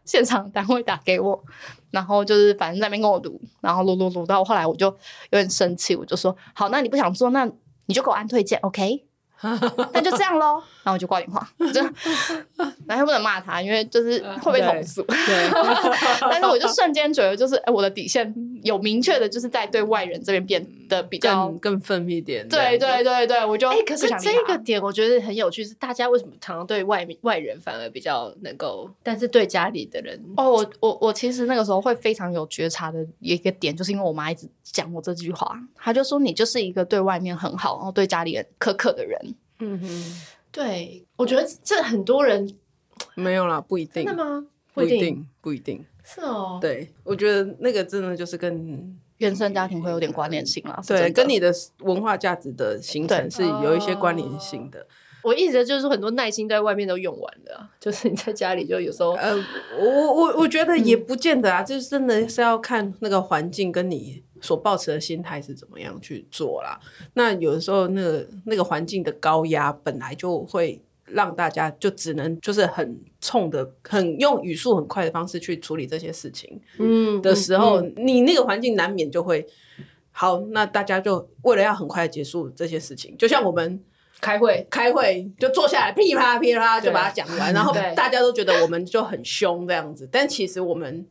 Speaker 3: 现场单位打给我，然后就是反正在那边跟我撸，然后撸撸撸到后来我就有点生气，我就说好，那你不想做，那你就给我按推荐，OK？那就这样喽，然后我就挂电话，就，然后又不能骂他，因为就是会被投诉。
Speaker 4: 对，
Speaker 3: 但是我就瞬间觉得，就是哎、我的底线有明确的，就是在对外人这边变得比较
Speaker 4: 更，更愤一点。
Speaker 3: 对
Speaker 4: 这
Speaker 3: 对
Speaker 4: 样
Speaker 3: 对对，我就
Speaker 5: 哎、可是
Speaker 3: 不想理
Speaker 5: 这
Speaker 3: 他
Speaker 5: 个点我觉得很有趣，是大家为什么常常对外面外人反而比较能够，但是对家里的人，
Speaker 3: 哦，我我我其实那个时候会非常有觉察的一个点，就是因为我妈一直讲我这句话，她就说你就是一个对外面很好，然后对家里人苛刻的人。
Speaker 4: 嗯哼，
Speaker 5: 对我觉得这很多人
Speaker 4: 没有啦，不一
Speaker 5: 真
Speaker 4: 定
Speaker 5: 的，吗？
Speaker 4: 不一，定，不一定。
Speaker 5: 是哦，
Speaker 4: 对，我觉得那个真的就是跟
Speaker 3: 原生家庭会有点关联性啦，是
Speaker 4: 对
Speaker 3: 真的
Speaker 4: 跟你的文化价值的形成
Speaker 3: 对
Speaker 4: 是有一些关联性的。
Speaker 5: 我一直就是很多耐心在外面都用完了啊，就是你在家里就有时候
Speaker 4: 呃，我我我我觉得也不见得啊，就是真的是要看那个环境跟你所抱持的心态是怎么样去做啦。那有的时候，那个那个环境的高压本来就会让大家就只能就是很冲的、很用语速很快的方式去处理这些事情
Speaker 5: 嗯
Speaker 4: 的时候，你那个环境难免就会。好，那大家就为了要很快地结束这些事情，就像我们
Speaker 5: 开会，
Speaker 4: 开会就坐下来噼啪噼啪
Speaker 5: 对
Speaker 4: 就把它讲完，然后
Speaker 5: 对
Speaker 4: 大家都觉得我们就很凶这样子，但其实我们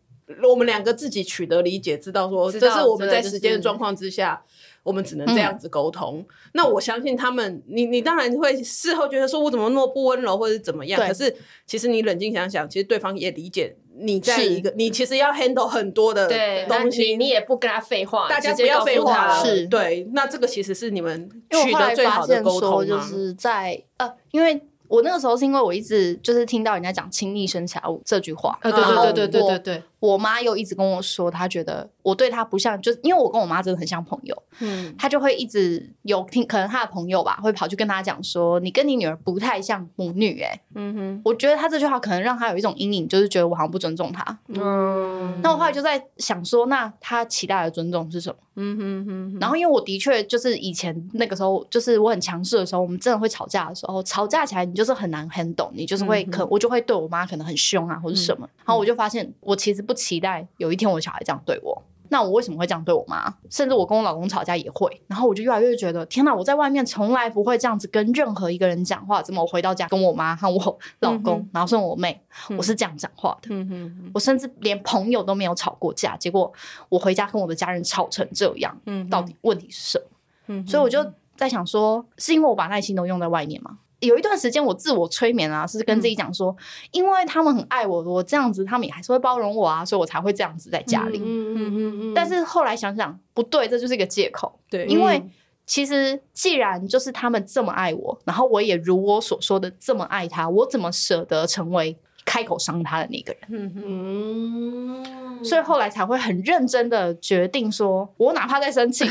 Speaker 4: 我们两个自己取得理解，知道说
Speaker 5: 知
Speaker 4: 这
Speaker 5: 道
Speaker 4: 是我们
Speaker 5: 知道
Speaker 4: 在
Speaker 5: 就是
Speaker 4: 时间的状况之下。我们只能这样子沟通。那我相信他们，你你当然会事后觉得说我怎么那么不温柔，或者是怎么样。
Speaker 3: 对
Speaker 4: 可是其实你冷静想想，其实对方也理解你在
Speaker 3: 是
Speaker 4: 一个你其实要 handle 很多的
Speaker 5: 对，那
Speaker 4: 东
Speaker 5: 你
Speaker 4: 西，
Speaker 5: 你也不跟他废话，
Speaker 4: 大家
Speaker 5: 直
Speaker 4: 不
Speaker 5: 接告
Speaker 4: 要
Speaker 5: 诉
Speaker 4: 废话啊
Speaker 5: 他
Speaker 4: 了。
Speaker 3: 是
Speaker 4: 对，那这个其实是你们
Speaker 3: 因为
Speaker 4: 取
Speaker 3: 我后
Speaker 4: 得
Speaker 3: 来
Speaker 4: 最
Speaker 3: 发
Speaker 4: 好的
Speaker 3: 现
Speaker 4: 沟
Speaker 3: 说，
Speaker 4: 通
Speaker 3: 就
Speaker 4: 啊
Speaker 3: 是在呃，因为我那个时候是因为我一直就是听到人家讲“亲力生巧”这句话，
Speaker 5: 呃，
Speaker 4: 然后
Speaker 5: 对对对对
Speaker 3: 我
Speaker 5: 对对
Speaker 3: 我妈又一直跟我说，她觉得我对她不像，就是因为我跟我妈真的很像朋友，
Speaker 4: 嗯，
Speaker 3: 她就会一直有听，可能她的朋友吧，会跑去跟她讲说，你跟你女儿不太像母女、欸，
Speaker 4: 嗯哼。
Speaker 3: 我觉得她这句话可能让她有一种阴影，就是觉得我好像不尊重她。
Speaker 5: 对，嗯，
Speaker 3: 那我后来就在想说，那她期待的尊重是什么？
Speaker 4: 嗯哼哼
Speaker 3: 然后因为我的确就是以前那个时候，就是我很强势的时候，我们真的会吵架的时候，吵架起来你就是很难很懂，你就是
Speaker 4: 嗯
Speaker 3: 会可、我就会对我妈可能很凶啊或者什么，然后我就发现我其实不期待有一天我小孩这样对我。那我为什么会这样对我妈？甚至我跟我老公吵架也会，然后我就越来越觉得，天哪！我在外面从来不会这样子跟任何一个人讲话，怎么我回到家跟我妈和我老公，然后甚至我妹，我是这样讲话的。
Speaker 4: 嗯哼，
Speaker 3: 我甚至连朋友都没有吵过架，结果我回家跟我的家人吵成这样，
Speaker 4: 嗯哼
Speaker 3: 到底问题是什么？
Speaker 4: 嗯
Speaker 3: 所以我就在想说，是因为我把耐心都用在外面吗？有一段时间我自我催眠啊，是跟
Speaker 4: 嗯
Speaker 3: 自己讲说，因为他们很爱我，我这样子他们也还是会包容我啊，所以我才会这样子在家里。
Speaker 5: 嗯嗯嗯嗯，
Speaker 3: 但是后来想想不对，这就是一个借口，
Speaker 4: 对，
Speaker 3: 因为其实既然就是他们这么爱我，然后我也如我所说的这么爱他，我怎么舍得成为开口伤他的那个人？
Speaker 5: 嗯，
Speaker 3: 所以后来才会很认真的决定说，我哪怕在生气，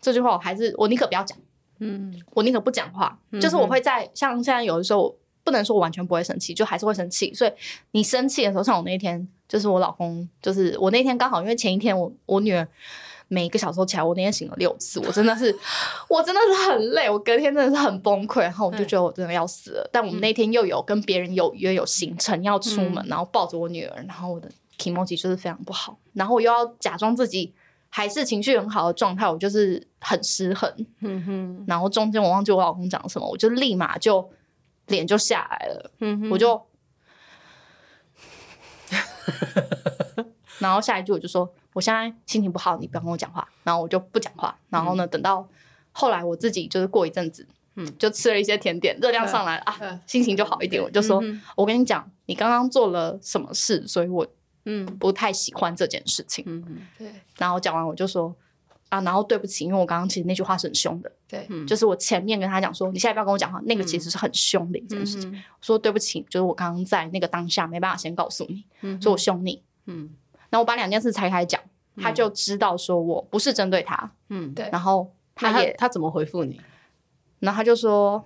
Speaker 3: 这句话我还是我宁可不要讲，
Speaker 4: 嗯
Speaker 3: 我宁可不讲话，就是我会在像现在有的时候，我不能说我完全不会生气，就还是会生气。所以你生气的时候，像我那一天，就是我老公，就是我那天刚好因为前一天我我女儿。每一个小时候起来，我那天醒了六次，我真的是， 我真的是很累，我隔天真的是很崩溃，然后我就觉得我真的要死了。但我们那天又有跟别人有约有行程要出门，然后抱着我女儿，然后我的 e m o j i 就是非常不好，然后我又要假装自己还是情绪很好的状态，我就是很失衡，
Speaker 4: 嗯哼，
Speaker 3: 然后中间我忘记我老公讲什么，我就立马就脸就下来了，
Speaker 4: 嗯哼
Speaker 3: 我就，然后下一句我就说我现在心情不好，你不要跟我讲话，然后我就不讲话，然后
Speaker 4: 嗯
Speaker 3: 呢，等到后来我自己就是过一阵子，嗯，就吃了一些甜点，热量上来了啊，
Speaker 5: 嗯
Speaker 3: 心情就好一点，我就
Speaker 4: 嗯
Speaker 3: 说、我跟你讲，你刚刚做了什么事，所以我
Speaker 4: 嗯
Speaker 3: 不太喜欢这件事情，
Speaker 4: 嗯
Speaker 5: 对
Speaker 3: 然后讲完我就说。啊，然后对不起，因为我刚刚其实那句话是很凶的，
Speaker 5: 对，
Speaker 4: 嗯
Speaker 3: 就是我前面跟他讲说，你现在不要跟我讲话，那个其实是很凶的一件事情。
Speaker 4: 嗯
Speaker 3: 说对不起，就是我刚刚在那个当下没办法先告诉你，
Speaker 4: 嗯
Speaker 3: 所以我凶你。
Speaker 4: 嗯
Speaker 3: 然后我把两件事拆开讲，他就知道说我不是针对他，
Speaker 4: 嗯
Speaker 5: 对
Speaker 3: 然后
Speaker 4: 那
Speaker 3: 他也
Speaker 4: 他怎么回复你？
Speaker 3: 然后他就说：“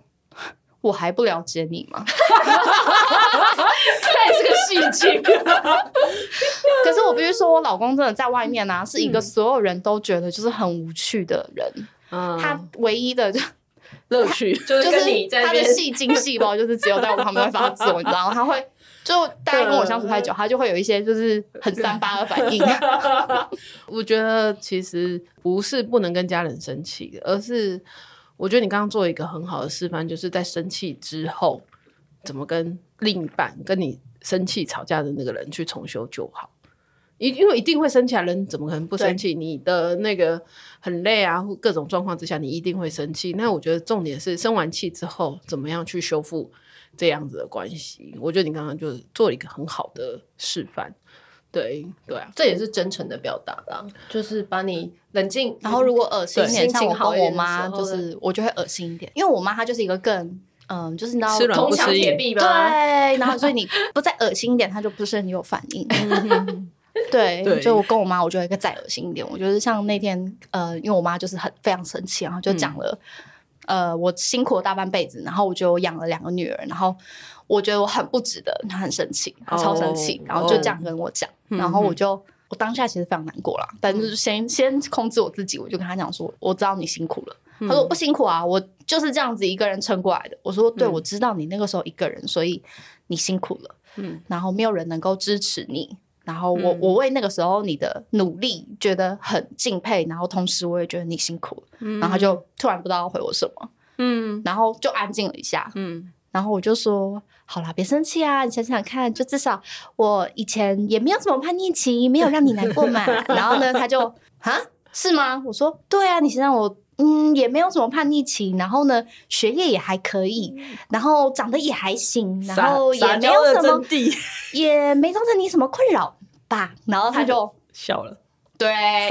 Speaker 3: 我还不了解你吗
Speaker 5: 他也是个戏精，？”
Speaker 3: 可是我必须说，我老公真的在外面啊，是一个所有人都觉得就是很无趣的人。
Speaker 4: 嗯，
Speaker 3: 他唯一的就
Speaker 4: 乐趣
Speaker 5: 就
Speaker 3: 就是
Speaker 5: 跟你在那
Speaker 3: 他的
Speaker 5: 边
Speaker 3: 戏精细胞，就是只有在我旁边会发作，你知道吗？他会就大家跟我相处
Speaker 5: 嗯
Speaker 3: 太久，他就会有一些就是很三八的反 应。
Speaker 4: 我觉得其实不是不能跟家人生气，而是我觉得你刚刚做一个很好的示范，就是在生气之后，怎么跟另一半、跟你生气吵架的那个人去重修旧好。因因为一定会生气啊，人怎么可能不生气？你的那个很累啊，或各种状况之下，你一定会生气。那我觉得重点是生完气之后，怎么样去修复这样子的关系？我觉得你刚刚就做了一个很好的示范。对对啊，
Speaker 5: 这也是真诚的表达啦，就是把你冷静，
Speaker 3: 然后如果恶心一点，
Speaker 5: 对
Speaker 3: 像我跟我妈，
Speaker 5: 心情好一点的时
Speaker 3: 就
Speaker 5: 候
Speaker 3: 是我就会恶心一点，因为我妈她就是一个更嗯，就是你知道
Speaker 4: 吃软
Speaker 5: 铜
Speaker 4: 不
Speaker 5: 墙
Speaker 4: 吃
Speaker 5: 铁
Speaker 4: 硬，
Speaker 5: 壁吧。
Speaker 3: 对，然后所以你不再恶心一点，她就不是很有反应。
Speaker 5: 嗯
Speaker 3: 对，
Speaker 4: 对
Speaker 3: 就我跟我妈，我就会再恶心一点。我觉得像那天，呃，因为我妈就是很非常生气，然后就讲
Speaker 4: 嗯
Speaker 3: 了，呃，我辛苦了大半辈子，然后我就养了两个女儿，然后我觉得我很不值得，她很生气，她超生气
Speaker 4: 哦，嗯
Speaker 3: 然后就这样跟我讲，然后我就。我当下其实非常难过啦，但就是先先控制我自己，我就跟她讲说，我知道你辛苦了。
Speaker 4: 嗯
Speaker 3: 她说我不辛苦啊，我就是这样子一个人撑过来的。我说对，我知道你那个时候一个人，所以你辛苦了。
Speaker 4: 嗯
Speaker 3: 然后没有人能够支持你，然后我、我为那个时候你的努力觉得很敬佩，然后同时我也觉得你辛苦了，然后他就突然不知道回我什么，
Speaker 4: 嗯
Speaker 3: 然后就安静了一下，
Speaker 4: 嗯，
Speaker 3: 然后我就说。好啦，别生气啊！你想想看，就至少我以前也没有什么叛逆期，没有让你难过嘛。然后呢，他就啊，是吗？我说对啊，你想想我，嗯，也没有什么叛逆期，然后呢，学业也还可以，然后长得也还行，然后也没有什么
Speaker 4: 谛，
Speaker 3: 也没造成你什么困扰吧？然后他就
Speaker 4: 笑了。
Speaker 3: 对，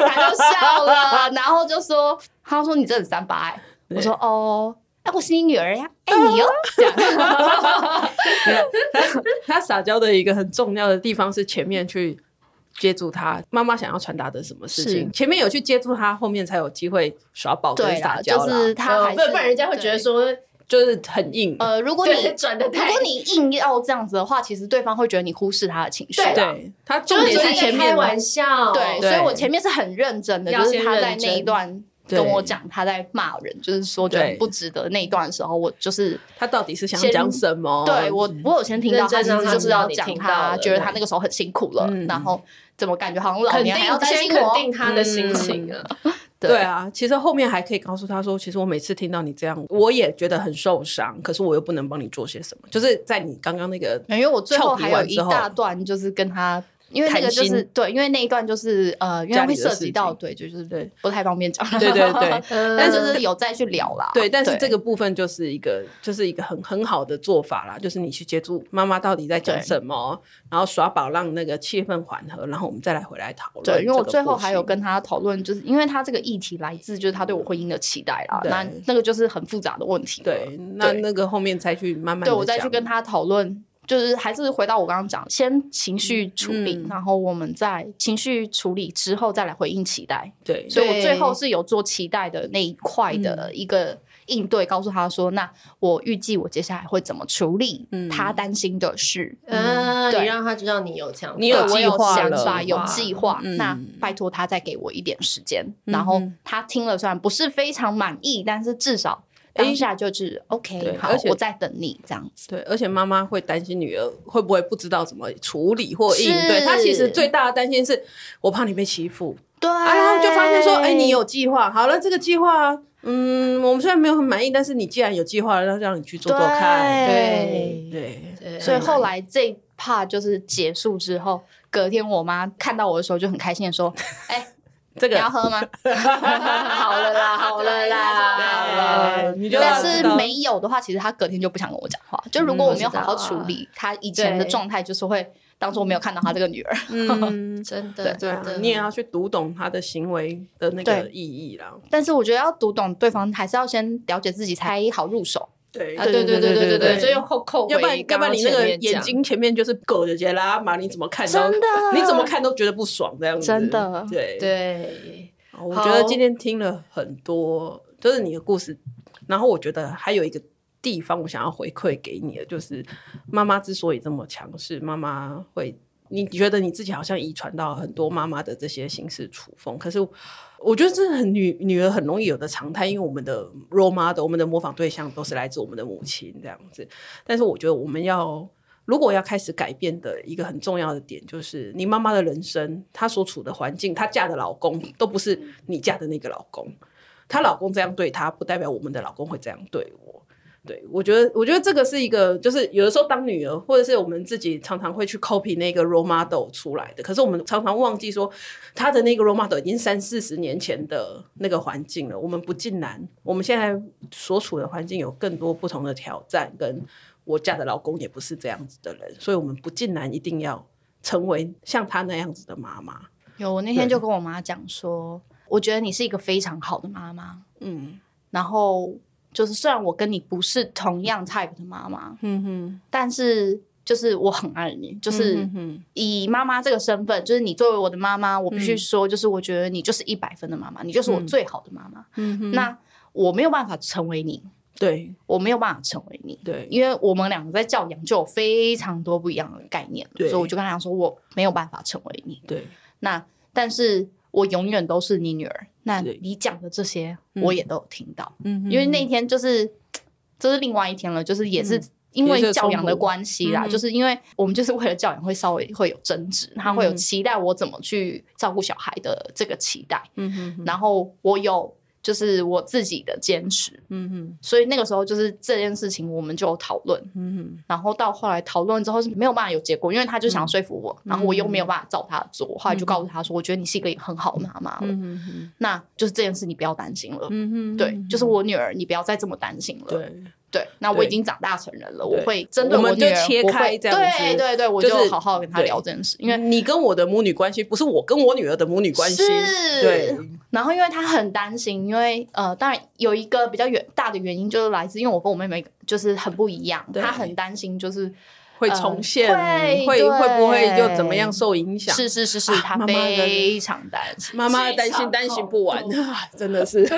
Speaker 3: 他就笑了，然后就说，他说你真的很三八哎、我说哦，哎、我是你女儿呀，爱你哦，这样
Speaker 4: 他撒娇的一个很重要的地方是前面去接住他妈妈想要传达的什么事情，
Speaker 3: 是
Speaker 4: 前面有去接住他，后面才有机会耍宝跟
Speaker 3: 对
Speaker 4: 哦撒
Speaker 3: 啦，
Speaker 4: 娇
Speaker 3: 就
Speaker 4: 啦，
Speaker 3: 是他还
Speaker 5: 呃
Speaker 3: 是，
Speaker 5: 不然不然人家会觉得说，嗯
Speaker 4: 就是、很硬。
Speaker 3: 呃，如果你
Speaker 5: 对，
Speaker 3: 如
Speaker 5: 转的太
Speaker 3: 果你硬要这样子的话，其实对方会觉得你忽视他的情绪，
Speaker 5: 对啦
Speaker 4: 对他重
Speaker 5: 就
Speaker 4: 点是
Speaker 5: 是在
Speaker 4: 前面
Speaker 5: 开玩
Speaker 4: 的，
Speaker 5: 笑，
Speaker 3: 对，
Speaker 4: 对
Speaker 3: 所以我前面是很认真的，
Speaker 5: 要
Speaker 3: 就是
Speaker 5: 先
Speaker 3: 他在
Speaker 5: 认真
Speaker 3: 那一段
Speaker 4: 对
Speaker 3: 跟我讲他在骂人，就是说觉得很不值得那一段的时候，我就是
Speaker 4: 他到底是想
Speaker 3: 先
Speaker 4: 讲什么？
Speaker 3: 对我，
Speaker 4: 嗯
Speaker 3: 我有先听到他
Speaker 5: 认
Speaker 3: 其
Speaker 5: 真让
Speaker 3: 实
Speaker 5: 他
Speaker 3: 就是
Speaker 5: 知道
Speaker 3: 要
Speaker 5: 你
Speaker 3: 讲
Speaker 5: 听到
Speaker 3: 他，
Speaker 5: 了
Speaker 3: 觉得
Speaker 5: 对
Speaker 3: 他那个时候很辛苦了
Speaker 4: 嗯，
Speaker 3: 然后怎么感觉好像老
Speaker 5: 肯定
Speaker 3: 年还要担
Speaker 5: 先
Speaker 3: 心我
Speaker 5: 肯？定他的
Speaker 4: 嗯
Speaker 5: 心情啊，
Speaker 4: 对啊，其实后面还可以告诉他说，其实我每次听到你这样，我也觉得很受伤，可是我又不能帮你做些什么。就是在你刚刚 那个，
Speaker 3: 因为我最后还有一
Speaker 4: 俏皮完之后
Speaker 3: 大段就是跟他。因为那个
Speaker 4: 谈
Speaker 3: 就
Speaker 4: 心
Speaker 3: 是对，因为那一段就是呃，因为
Speaker 4: 家里
Speaker 3: 会
Speaker 4: 的
Speaker 3: 涉
Speaker 4: 事
Speaker 3: 及到
Speaker 4: 情
Speaker 3: 对，就是
Speaker 4: 对
Speaker 3: 不太方便讲。
Speaker 4: 对对对，
Speaker 5: 嗯
Speaker 3: 但就是有再去聊啦。
Speaker 4: 对，但是这个部分就是一个，就是一个很很好的做法啦，就是你去接触妈妈到底在讲
Speaker 3: 对
Speaker 4: 什么，然后耍宝让那个气氛缓和，然后我们再来回来讨论这个
Speaker 3: 对，
Speaker 4: 部分。
Speaker 3: 因为我最后还有跟他讨论，就是因为他这个议题来自就是他对我婚姻的期待啦，
Speaker 4: 对
Speaker 3: 那那个就是很复杂的问题了。
Speaker 4: 对，那那个后面才去慢慢地
Speaker 3: 对我再去
Speaker 4: 讲
Speaker 3: 跟他讨论，就是还是回到我刚刚讲，先情绪处理，
Speaker 4: 嗯
Speaker 3: 然后我们在情绪处理之后再来回应期待。
Speaker 4: 对，嗯
Speaker 3: 所以我
Speaker 5: 对
Speaker 3: 最后是有做期待的那一块的一个应对，告诉他说，那我预计我接下来会怎么处理
Speaker 4: 嗯
Speaker 3: 他担心的事。
Speaker 5: 嗯，
Speaker 3: 对
Speaker 5: 你让他知道你有强迫，
Speaker 4: 你有
Speaker 3: 对我
Speaker 4: 计划
Speaker 3: 想
Speaker 4: 了
Speaker 3: 法，有
Speaker 5: 哇
Speaker 3: 计划。
Speaker 4: 嗯
Speaker 3: 那拜托他再给我一点时间。然后他听了，虽然不是非常满意，但是至少当下就是 OK，
Speaker 4: 对
Speaker 3: 好
Speaker 4: 而，且
Speaker 3: 我在等你这样子。
Speaker 4: 对，而且妈妈会担心女儿会不会不知道怎么处理或应对，
Speaker 3: 是
Speaker 4: 她其实最大的担心是我怕你被欺负，
Speaker 3: 对，
Speaker 4: 啊，然后就发现说，哎、你有计划，好了，这个计划，嗯，我们虽然没有很满意，但是你既然有计划了，那让你去做做看，
Speaker 3: 对。
Speaker 4: 对，
Speaker 5: 对
Speaker 3: 所以后来这一 part 就是结束之后，隔天我妈看到我的时候就很开心的说：“哎、
Speaker 4: 这
Speaker 3: 你要
Speaker 4: 个
Speaker 3: 喝 吗？”
Speaker 5: 好 了啦，好了啦，
Speaker 4: 对你就要
Speaker 3: 但
Speaker 4: 知
Speaker 3: 是
Speaker 4: 道
Speaker 3: 没有的话，其实他隔天就不想跟我讲话。就如果嗯我没有好好处理他以前的
Speaker 5: 对
Speaker 3: 状态，就是会当做没有看到他这个女儿。
Speaker 4: 嗯，
Speaker 5: 真的，
Speaker 4: 对啊
Speaker 5: 真的，
Speaker 4: 你也要去读懂他的行为的那个
Speaker 3: 对
Speaker 4: 意义啦。
Speaker 3: 但是我觉得要读懂对方，还是要先了解自己才好入手。
Speaker 4: 对
Speaker 5: 啊，对对对对对对，所以又扣扣回
Speaker 4: 要不然，要
Speaker 5: 刚
Speaker 4: 不
Speaker 5: 刚
Speaker 4: 然你那
Speaker 5: 前
Speaker 4: 个
Speaker 5: 面讲
Speaker 4: 眼睛前面就是狗的杰拉玛，你怎么看都
Speaker 3: 真的
Speaker 4: 你怎么看都觉得不爽这样子。
Speaker 3: 真的
Speaker 4: 对。
Speaker 5: 对，
Speaker 4: 我觉得今天听了很多就是你的故事。然后我觉得还有一个地方我想要回馈给你的，就是妈妈之所以这么强势，妈妈会。你觉得你自己好像遗传到很多妈妈的这些行事处风，可是我觉得这很女女儿很容易有的常态，因为我们的 role model，我们的模仿对象都是来自我们的母亲这样子。但是我觉得我们要如果要开始改变的一个很重要的点，就是你妈妈的人生，她所处的环境，她嫁的老公都不是你嫁的那个老公，她老公这样对她，不代表我们的老公会这样对我。对，我觉得，我觉得这个是一个，就是有的时候当女儿，或者是我们自己常常会去 copy 那个 role model 出来的，可是我们常常忘记说，她的那个 role model 已经三四十年前的那个环境了。我们不尽然，我们现在所处的环境有更多不同的挑战，跟我嫁的老公也不是这样子的人，所以我们不尽然一定要成为像她那样子的妈妈。
Speaker 3: 有，我那天就跟我妈讲说，我觉得你是一个非常好的妈妈。
Speaker 4: 嗯
Speaker 3: 然后就是虽然我跟你不是同样 type 的妈妈，
Speaker 4: 嗯哼，
Speaker 3: 但是就是我很爱你，就是
Speaker 4: 嗯
Speaker 3: 以妈妈这个身份，就是你作为我的妈妈，我必须说，就是我觉得你就是一百分的妈妈，你就是我最好的妈妈。
Speaker 4: 嗯哼，
Speaker 3: 那我没有办法成为你，
Speaker 4: 对
Speaker 3: 我没有办法成为你。
Speaker 4: 对，
Speaker 3: 因为我们两个在教养就有非常多不一样的概念，所
Speaker 4: 对
Speaker 3: 以我就跟他讲说，我没有办法成为你，
Speaker 4: 对
Speaker 3: 那但是我永远都是你女儿。那
Speaker 4: 对
Speaker 3: 你讲的这些我也都有听到，
Speaker 4: 嗯哼嗯
Speaker 3: 因为那天就是这是另外一天了，就是也是因为教养的关系啦，
Speaker 4: 也是冲突嗯
Speaker 3: 就是因为我们就是为了教养会稍微会有争执，他
Speaker 4: 嗯
Speaker 3: 会有期待我怎么去照顾小孩的这个期待，
Speaker 4: 嗯哼
Speaker 3: 然后我有就是我自己的坚持，
Speaker 4: 嗯哼
Speaker 3: 所以那个时候就是这件事情我们就有讨论，
Speaker 4: 嗯哼，
Speaker 3: 然后到后来讨论之后是没有办法有结果，因为他就想
Speaker 4: 嗯
Speaker 3: 说服我，然后我又没有办法照他的做，后来就告诉他说，我觉得你是一个很好的妈妈了，
Speaker 4: 嗯哼
Speaker 3: 那就是这件事你不要担心了。
Speaker 4: 嗯哼，
Speaker 3: 对，就是我女儿，你不要再这么担心了。
Speaker 4: 对。
Speaker 3: 对那我
Speaker 4: 对
Speaker 3: 已经长大成人了，
Speaker 4: 对
Speaker 3: 我会针对
Speaker 4: 我
Speaker 3: 我
Speaker 4: 们
Speaker 3: 女儿，
Speaker 4: 就切
Speaker 3: 我会
Speaker 4: 开这样子
Speaker 3: 对对对，我
Speaker 4: 就是
Speaker 3: 好好跟她聊这件事，因为
Speaker 4: 你跟我的母女关系不是我跟我女儿的母女关系，
Speaker 3: 是
Speaker 4: 对，
Speaker 3: 然后因为他很担心，因为呃，当然有一个比较远大的原因就是来自，因为我跟我妹妹就是很不一样，
Speaker 4: 对
Speaker 3: 她很担心就是
Speaker 4: 会重现，
Speaker 3: 呃
Speaker 4: 会
Speaker 3: 会
Speaker 4: 会不会
Speaker 3: 对
Speaker 4: 又怎么样受影响？
Speaker 3: 是是是是，她
Speaker 4: 啊妈妈的
Speaker 3: 非常担 心，
Speaker 4: 妈妈担心担心不完， 真的是
Speaker 3: 真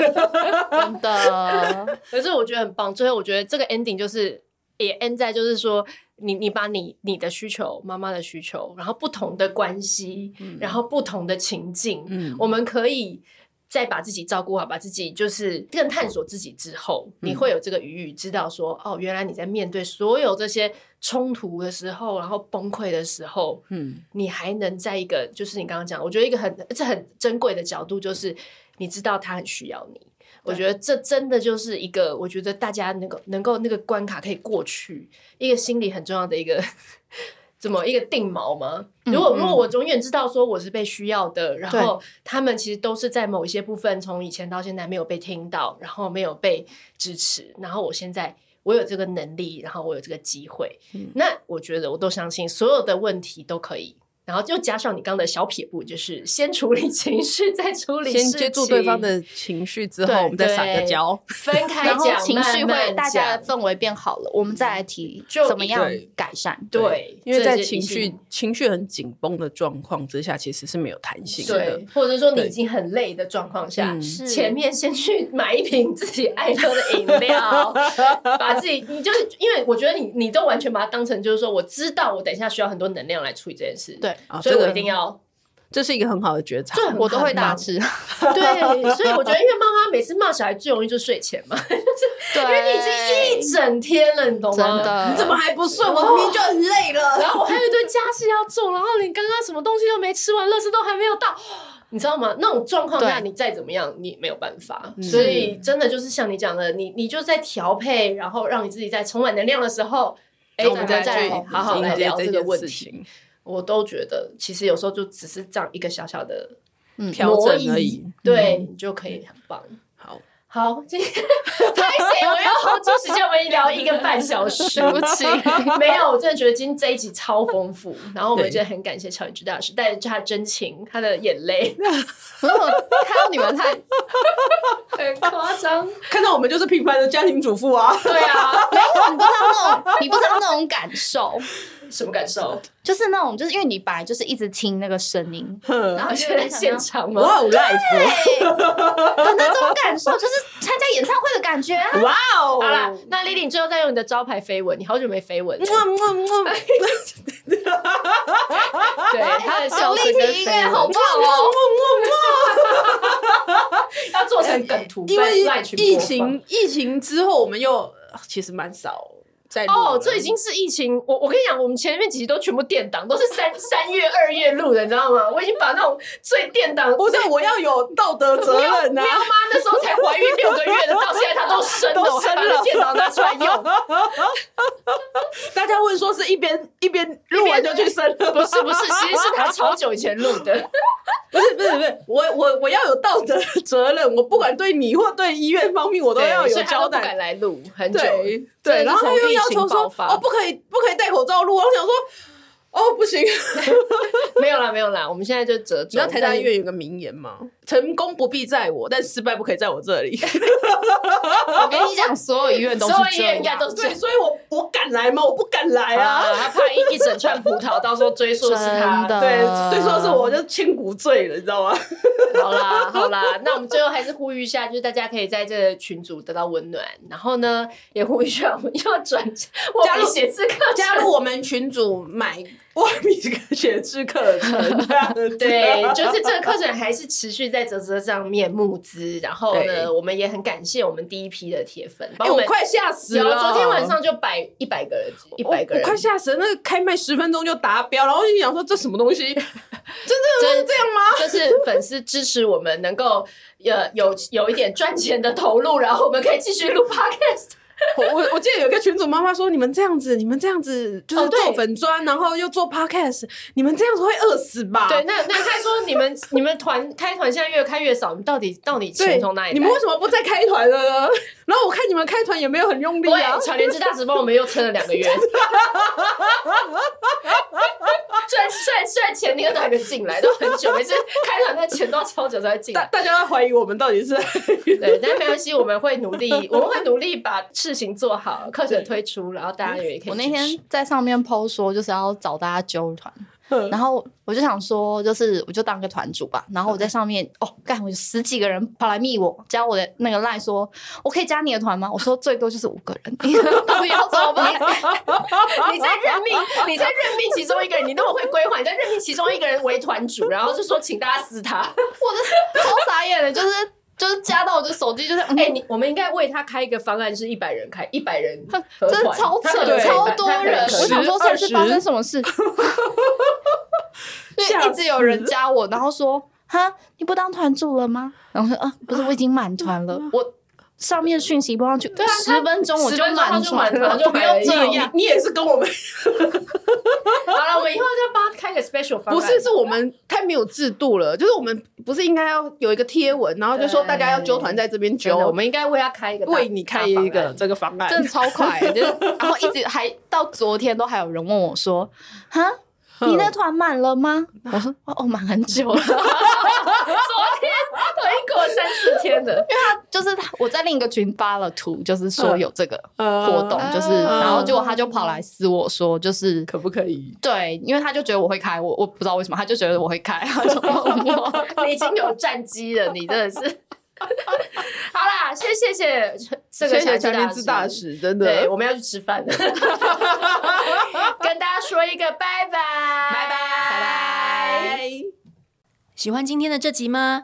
Speaker 3: 的，
Speaker 5: 可是我觉得很棒。最后我觉得这个 ending 就是也 end 在就是说，你你把你你的需求、妈妈的需求，然后不同的关系，然后不同的情境，
Speaker 4: 嗯
Speaker 5: 我们可以。再把自己照顾好，把自己就是更探索自己之后，你会有这个余裕，知道说哦，原来你在面对所有这些冲突的时候，然后崩溃的时候，
Speaker 4: 嗯
Speaker 5: 你还能在一个就是你刚刚讲，我觉得一个很这很珍贵的角度，就是你知道他很需要你。我觉得这真的就是一个，我觉得大家能够能够那个关卡可以过去，一个心理很重要的一个 怎么一个定锚吗？
Speaker 4: 嗯
Speaker 5: 如果如果我永远知道说我是被需要的，然后他们其实都是在某一些部分从以前到现在没有被听到，然后没有被支持，然后我现在我有这个能力，然后我有这个机会，
Speaker 4: 嗯
Speaker 5: 那我觉得我都相信所有的问题都可以。然后就加上你刚刚的小撇步，就是先处理 情绪，再处理
Speaker 4: 先
Speaker 5: 事情，
Speaker 4: 接住对方的情绪之后，
Speaker 3: 对
Speaker 4: 我们再撒个娇，
Speaker 5: 分开
Speaker 3: 然
Speaker 5: 讲，
Speaker 3: 后情绪
Speaker 5: 慢慢
Speaker 3: 会
Speaker 5: 讲嗯
Speaker 3: 大家的氛围变好了，我们再来提
Speaker 5: 就
Speaker 3: 怎么样
Speaker 4: 对
Speaker 3: 改善。
Speaker 5: 对，
Speaker 4: 因为在
Speaker 5: 这是
Speaker 4: 情
Speaker 5: 一
Speaker 4: 绪
Speaker 5: 定
Speaker 4: 情绪很紧绷的状况之下，其实是没有弹性的
Speaker 5: 对，。或者说你
Speaker 4: 对
Speaker 5: 已经很累的状况下
Speaker 4: 嗯，
Speaker 3: 是
Speaker 5: 前面先去买一瓶自己爱喝的饮 料，把自己，你就是因为我觉得你你都完全把它当成就是说，我知道我等一下需要很多能量来处理这件事，
Speaker 3: 对，
Speaker 4: 啊
Speaker 5: 所以
Speaker 4: 这
Speaker 5: 我
Speaker 4: 个
Speaker 5: 一定要
Speaker 4: 这是一个很好的觉察。
Speaker 5: 对
Speaker 3: 我都会大吃，
Speaker 5: 对， 所以我觉得因为妈妈每次骂小孩最容易就睡前嘛，
Speaker 3: 对，
Speaker 5: 因为 你已经一整天了，你懂
Speaker 3: 真
Speaker 5: 吗？
Speaker 3: 的，
Speaker 4: 怎么还不睡？我明明就很累了。
Speaker 5: 然后我还有一堆家事要做，然后你刚刚什么东西都没吃完，垃圾都还没有到，你知道吗？那种状况下，
Speaker 3: 对
Speaker 5: 你再怎么样，你没有办法。
Speaker 4: 嗯
Speaker 5: 所以真的就是像你讲的，你你就在调配，然后让你自己在充满能量的时候，哎，
Speaker 4: 那我
Speaker 5: 我
Speaker 4: 们
Speaker 5: 们
Speaker 4: 再
Speaker 5: 再
Speaker 4: 去
Speaker 5: 来好好来
Speaker 4: 迎接
Speaker 5: 聊
Speaker 4: 这
Speaker 5: 这个
Speaker 4: 件
Speaker 5: 问
Speaker 4: 事
Speaker 5: 题。
Speaker 4: 情，
Speaker 5: 我都觉得，其实有时候就只是这样一个小小的
Speaker 4: 嗯调整
Speaker 5: 挪移
Speaker 4: 而已。
Speaker 5: 对，你就可以很棒。
Speaker 4: 嗯好，
Speaker 5: 好，今天 拍谁？我要 hold 住时间，我们已经聊一个半 小时，
Speaker 3: 对不起
Speaker 5: 没有，我真的觉得今天这一集超丰富。然后我们
Speaker 4: 对
Speaker 5: 真的很感谢乔宇之大师，带着他的真情，他的眼 泪，
Speaker 3: 可是我看到你们太
Speaker 5: 很夸张。
Speaker 4: 看到我们就是平凡的家庭主妇啊。
Speaker 5: 对啊，
Speaker 3: 没有，你不知道那种，你不知道那种感受，
Speaker 5: 什么 感受？
Speaker 3: 就是那种，就是因为你本来就是一直听那个声音，
Speaker 4: 嗯
Speaker 5: 嗯
Speaker 3: 然后
Speaker 5: 而
Speaker 3: 就
Speaker 5: 且
Speaker 3: 在
Speaker 5: 在
Speaker 3: 现
Speaker 5: 现
Speaker 3: 场
Speaker 5: 场
Speaker 4: 哇
Speaker 5: 吗？
Speaker 4: 哦，life，
Speaker 3: 的那种感受，就是参加演唱会的感觉 啊。
Speaker 4: 哇哦，
Speaker 5: 好啦，那 Lily，你最后再用你的招牌绯闻，你好久没 绯闻了，
Speaker 4: 嗯
Speaker 5: 对，她的笑声跟
Speaker 3: 立体音乐
Speaker 5: 绯
Speaker 3: 好
Speaker 5: 闻
Speaker 3: 棒 哦！
Speaker 4: 嗯哎
Speaker 5: 要做成梗图，
Speaker 4: 因为
Speaker 5: 在赖群
Speaker 4: 疫
Speaker 5: 播放
Speaker 4: 情疫情之后，我们又呃其实蛮少在录
Speaker 5: 哦，
Speaker 4: 了
Speaker 5: 这已经是疫情。我我跟你讲，我们前面几集都全部垫档，都是三三月、二月录的，你知道吗？我已经把那种最垫档，
Speaker 4: 不是我要有道德责任啊呐、
Speaker 5: 喵妈那时候才怀孕六个月的，到现在她都生了，
Speaker 4: 都
Speaker 5: 我还
Speaker 4: 生
Speaker 5: 把那
Speaker 4: 了
Speaker 5: 电脑拿出来 用。
Speaker 4: 大家问说是一边一边录完就去生了吗，
Speaker 5: 不是不是，其实是她超久以前录的。
Speaker 4: 不是不是不是，我我我要有道德 责任，我不管对你或对医院方面，我都
Speaker 5: 对，
Speaker 4: 要有
Speaker 5: 所以她
Speaker 4: 交
Speaker 5: 都不敢
Speaker 4: 代。
Speaker 5: 来录很久。
Speaker 4: 对
Speaker 5: 真的
Speaker 4: 对，
Speaker 5: 是
Speaker 4: 然后他
Speaker 5: 从
Speaker 4: 又
Speaker 5: 疫
Speaker 4: 要
Speaker 5: 情
Speaker 4: 求说
Speaker 5: 爆发
Speaker 4: 哦，不可以不可以戴口罩录，我想说哦不 行。
Speaker 5: 没有啦没有啦，我们现在就折中。
Speaker 4: 你知道台大医院有个名言吗？ 成功不必在我，但失败不可以在我这里。
Speaker 3: 我跟你讲，所有医院
Speaker 5: 但
Speaker 3: 都是
Speaker 5: 是，所有医
Speaker 3: 这
Speaker 5: 院应
Speaker 3: 样。
Speaker 5: 该都是这
Speaker 4: 对，
Speaker 5: 样
Speaker 4: 所以我我敢来吗？我不敢来啊。
Speaker 5: 啊，她怕一一整串葡萄，到时候追溯是她。
Speaker 3: 真的
Speaker 4: 对，所以说是我就千古罪了，你知道吗？
Speaker 5: 好啦，好啦，那我们最后还是呼吁一下，就是大家可以在这个群组得到温暖，然后呢，也呼吁一下我们要转我
Speaker 4: 加入
Speaker 5: 们写字课程
Speaker 4: 加入我们群组买外米跟学制课程，这样 子啊
Speaker 5: 对，就是这个课程还是持续在泽泽上面募资，然后
Speaker 4: 对
Speaker 5: 呢，我们也很感谢我们第一批的铁粉，
Speaker 4: 哎、
Speaker 5: 帮
Speaker 4: 我
Speaker 5: 们
Speaker 4: 快吓死
Speaker 5: 有
Speaker 4: 了！
Speaker 5: 昨天晚上就百一百个人，一百个
Speaker 4: 我我
Speaker 5: 人，
Speaker 4: 快吓死了！那个开麦十分钟就达标，然后心想说这什么东西？真 正的是这样吗？
Speaker 5: 就是 粉丝支持我们能够呃有有一点赚钱的投入，然后我们可以继续录 podcast。
Speaker 4: 我我我记得有一个群主妈妈说，你们这样子，你们这样子就是
Speaker 5: 哦对
Speaker 4: 做粉砖，然后又做 podcast，你们这样子会饿死吧？
Speaker 5: 对，那那他说你们你们团开团现在越开越少，你们到底到底
Speaker 4: 对，
Speaker 5: 钱从哪里来？
Speaker 4: 你们为什么不再开团了呢？ 然后我看你们开团也没有很用力啊
Speaker 5: 对，。巧莲之大直播我们又撑了两个月， 赚赚赚钱那个都还没进来，都很久，每次开团那钱都要超久才会进
Speaker 4: 大
Speaker 5: 来。
Speaker 4: 大家都怀疑我们到 底是
Speaker 5: 对，但没关系，我们会努力，我们会努力把事情做好，课程推出，然后大家也可以支持。
Speaker 3: 我那 天在上面 PO 说，就是要找大家揪团，
Speaker 5: 嗯
Speaker 3: 然后我就想说，就是我就当个团主吧。然后我
Speaker 5: 嗯
Speaker 3: 在上面，哦，干，我有十几个人跑来密我，加我的那个赖说，我可以加你的团吗？我说最多就是五个人， 你到底要怎么办？
Speaker 5: 你在任命，你在任命其中一个人，你那么会规划，你在任命其中一个人为团主，然后就说请大家撕他。
Speaker 3: 我就超傻眼的，就是就是加到我的手机，就是哎、嗯
Speaker 5: 哎、你我们应该为他开一个方案，是一百人开，一百人合
Speaker 3: 真的
Speaker 5: 团，
Speaker 3: 超
Speaker 5: 他
Speaker 3: 扯，
Speaker 5: 可能
Speaker 3: 超
Speaker 5: 可以
Speaker 3: 多
Speaker 5: 他可能
Speaker 3: 人。
Speaker 5: 可以
Speaker 3: 我想说，
Speaker 4: 20
Speaker 3: 这是发生什么 事？因为
Speaker 4: 吓
Speaker 3: 一直有人加我，然后说：“哈，你不当团主了吗？”然后我说：“啊，不是，我已经满团 了。我上面讯息播上去，
Speaker 5: 啊
Speaker 3: 十分钟我
Speaker 5: 10分钟他
Speaker 3: 满
Speaker 5: 就满
Speaker 3: 了，
Speaker 5: 团就
Speaker 3: 不
Speaker 5: 买
Speaker 3: 用
Speaker 5: 了
Speaker 3: 这
Speaker 5: 一
Speaker 3: 样。
Speaker 4: 你也是跟我们
Speaker 5: 好了，我们以后就帮他开个 special 方案。
Speaker 4: 不是，是我们太没有制度了。就是我们不是应该要有一个贴文，然后就说
Speaker 5: 对
Speaker 4: 大家要揪团在这边
Speaker 5: 真
Speaker 4: 揪，
Speaker 5: 的，我们应该为他开一个大，
Speaker 4: 为你开一
Speaker 5: 大方
Speaker 4: 个
Speaker 5: 案。
Speaker 4: 这个方案。
Speaker 3: 真的超快，欸 就是然后一直还到昨天都还有人问我说：“哈，你那团满了 吗？”我说：“哦，满很久了。”
Speaker 5: 昨天都已经过了三四天了，
Speaker 3: 就是他我在另一个群发了图，就是说有这个活动，
Speaker 4: 哦
Speaker 5: 嗯
Speaker 3: 就是
Speaker 5: 嗯
Speaker 3: 然后结果他就跑来私我说，就是
Speaker 4: 呃可不可以？
Speaker 3: 对，因为他就觉得我会开，我我不知道为什么，他就觉得我会开，他就帮我。
Speaker 5: 你已经有战机了，你真的是。好啦，先谢谢这
Speaker 4: 谢
Speaker 5: 个
Speaker 4: 谢强
Speaker 5: 乔治
Speaker 4: 林之大使，真
Speaker 5: 对，
Speaker 4: 的
Speaker 5: 我，们要去吃饭了，跟大家说一个拜拜，拜拜，拜拜。
Speaker 4: 拜。
Speaker 1: 喜欢今天的这集吗？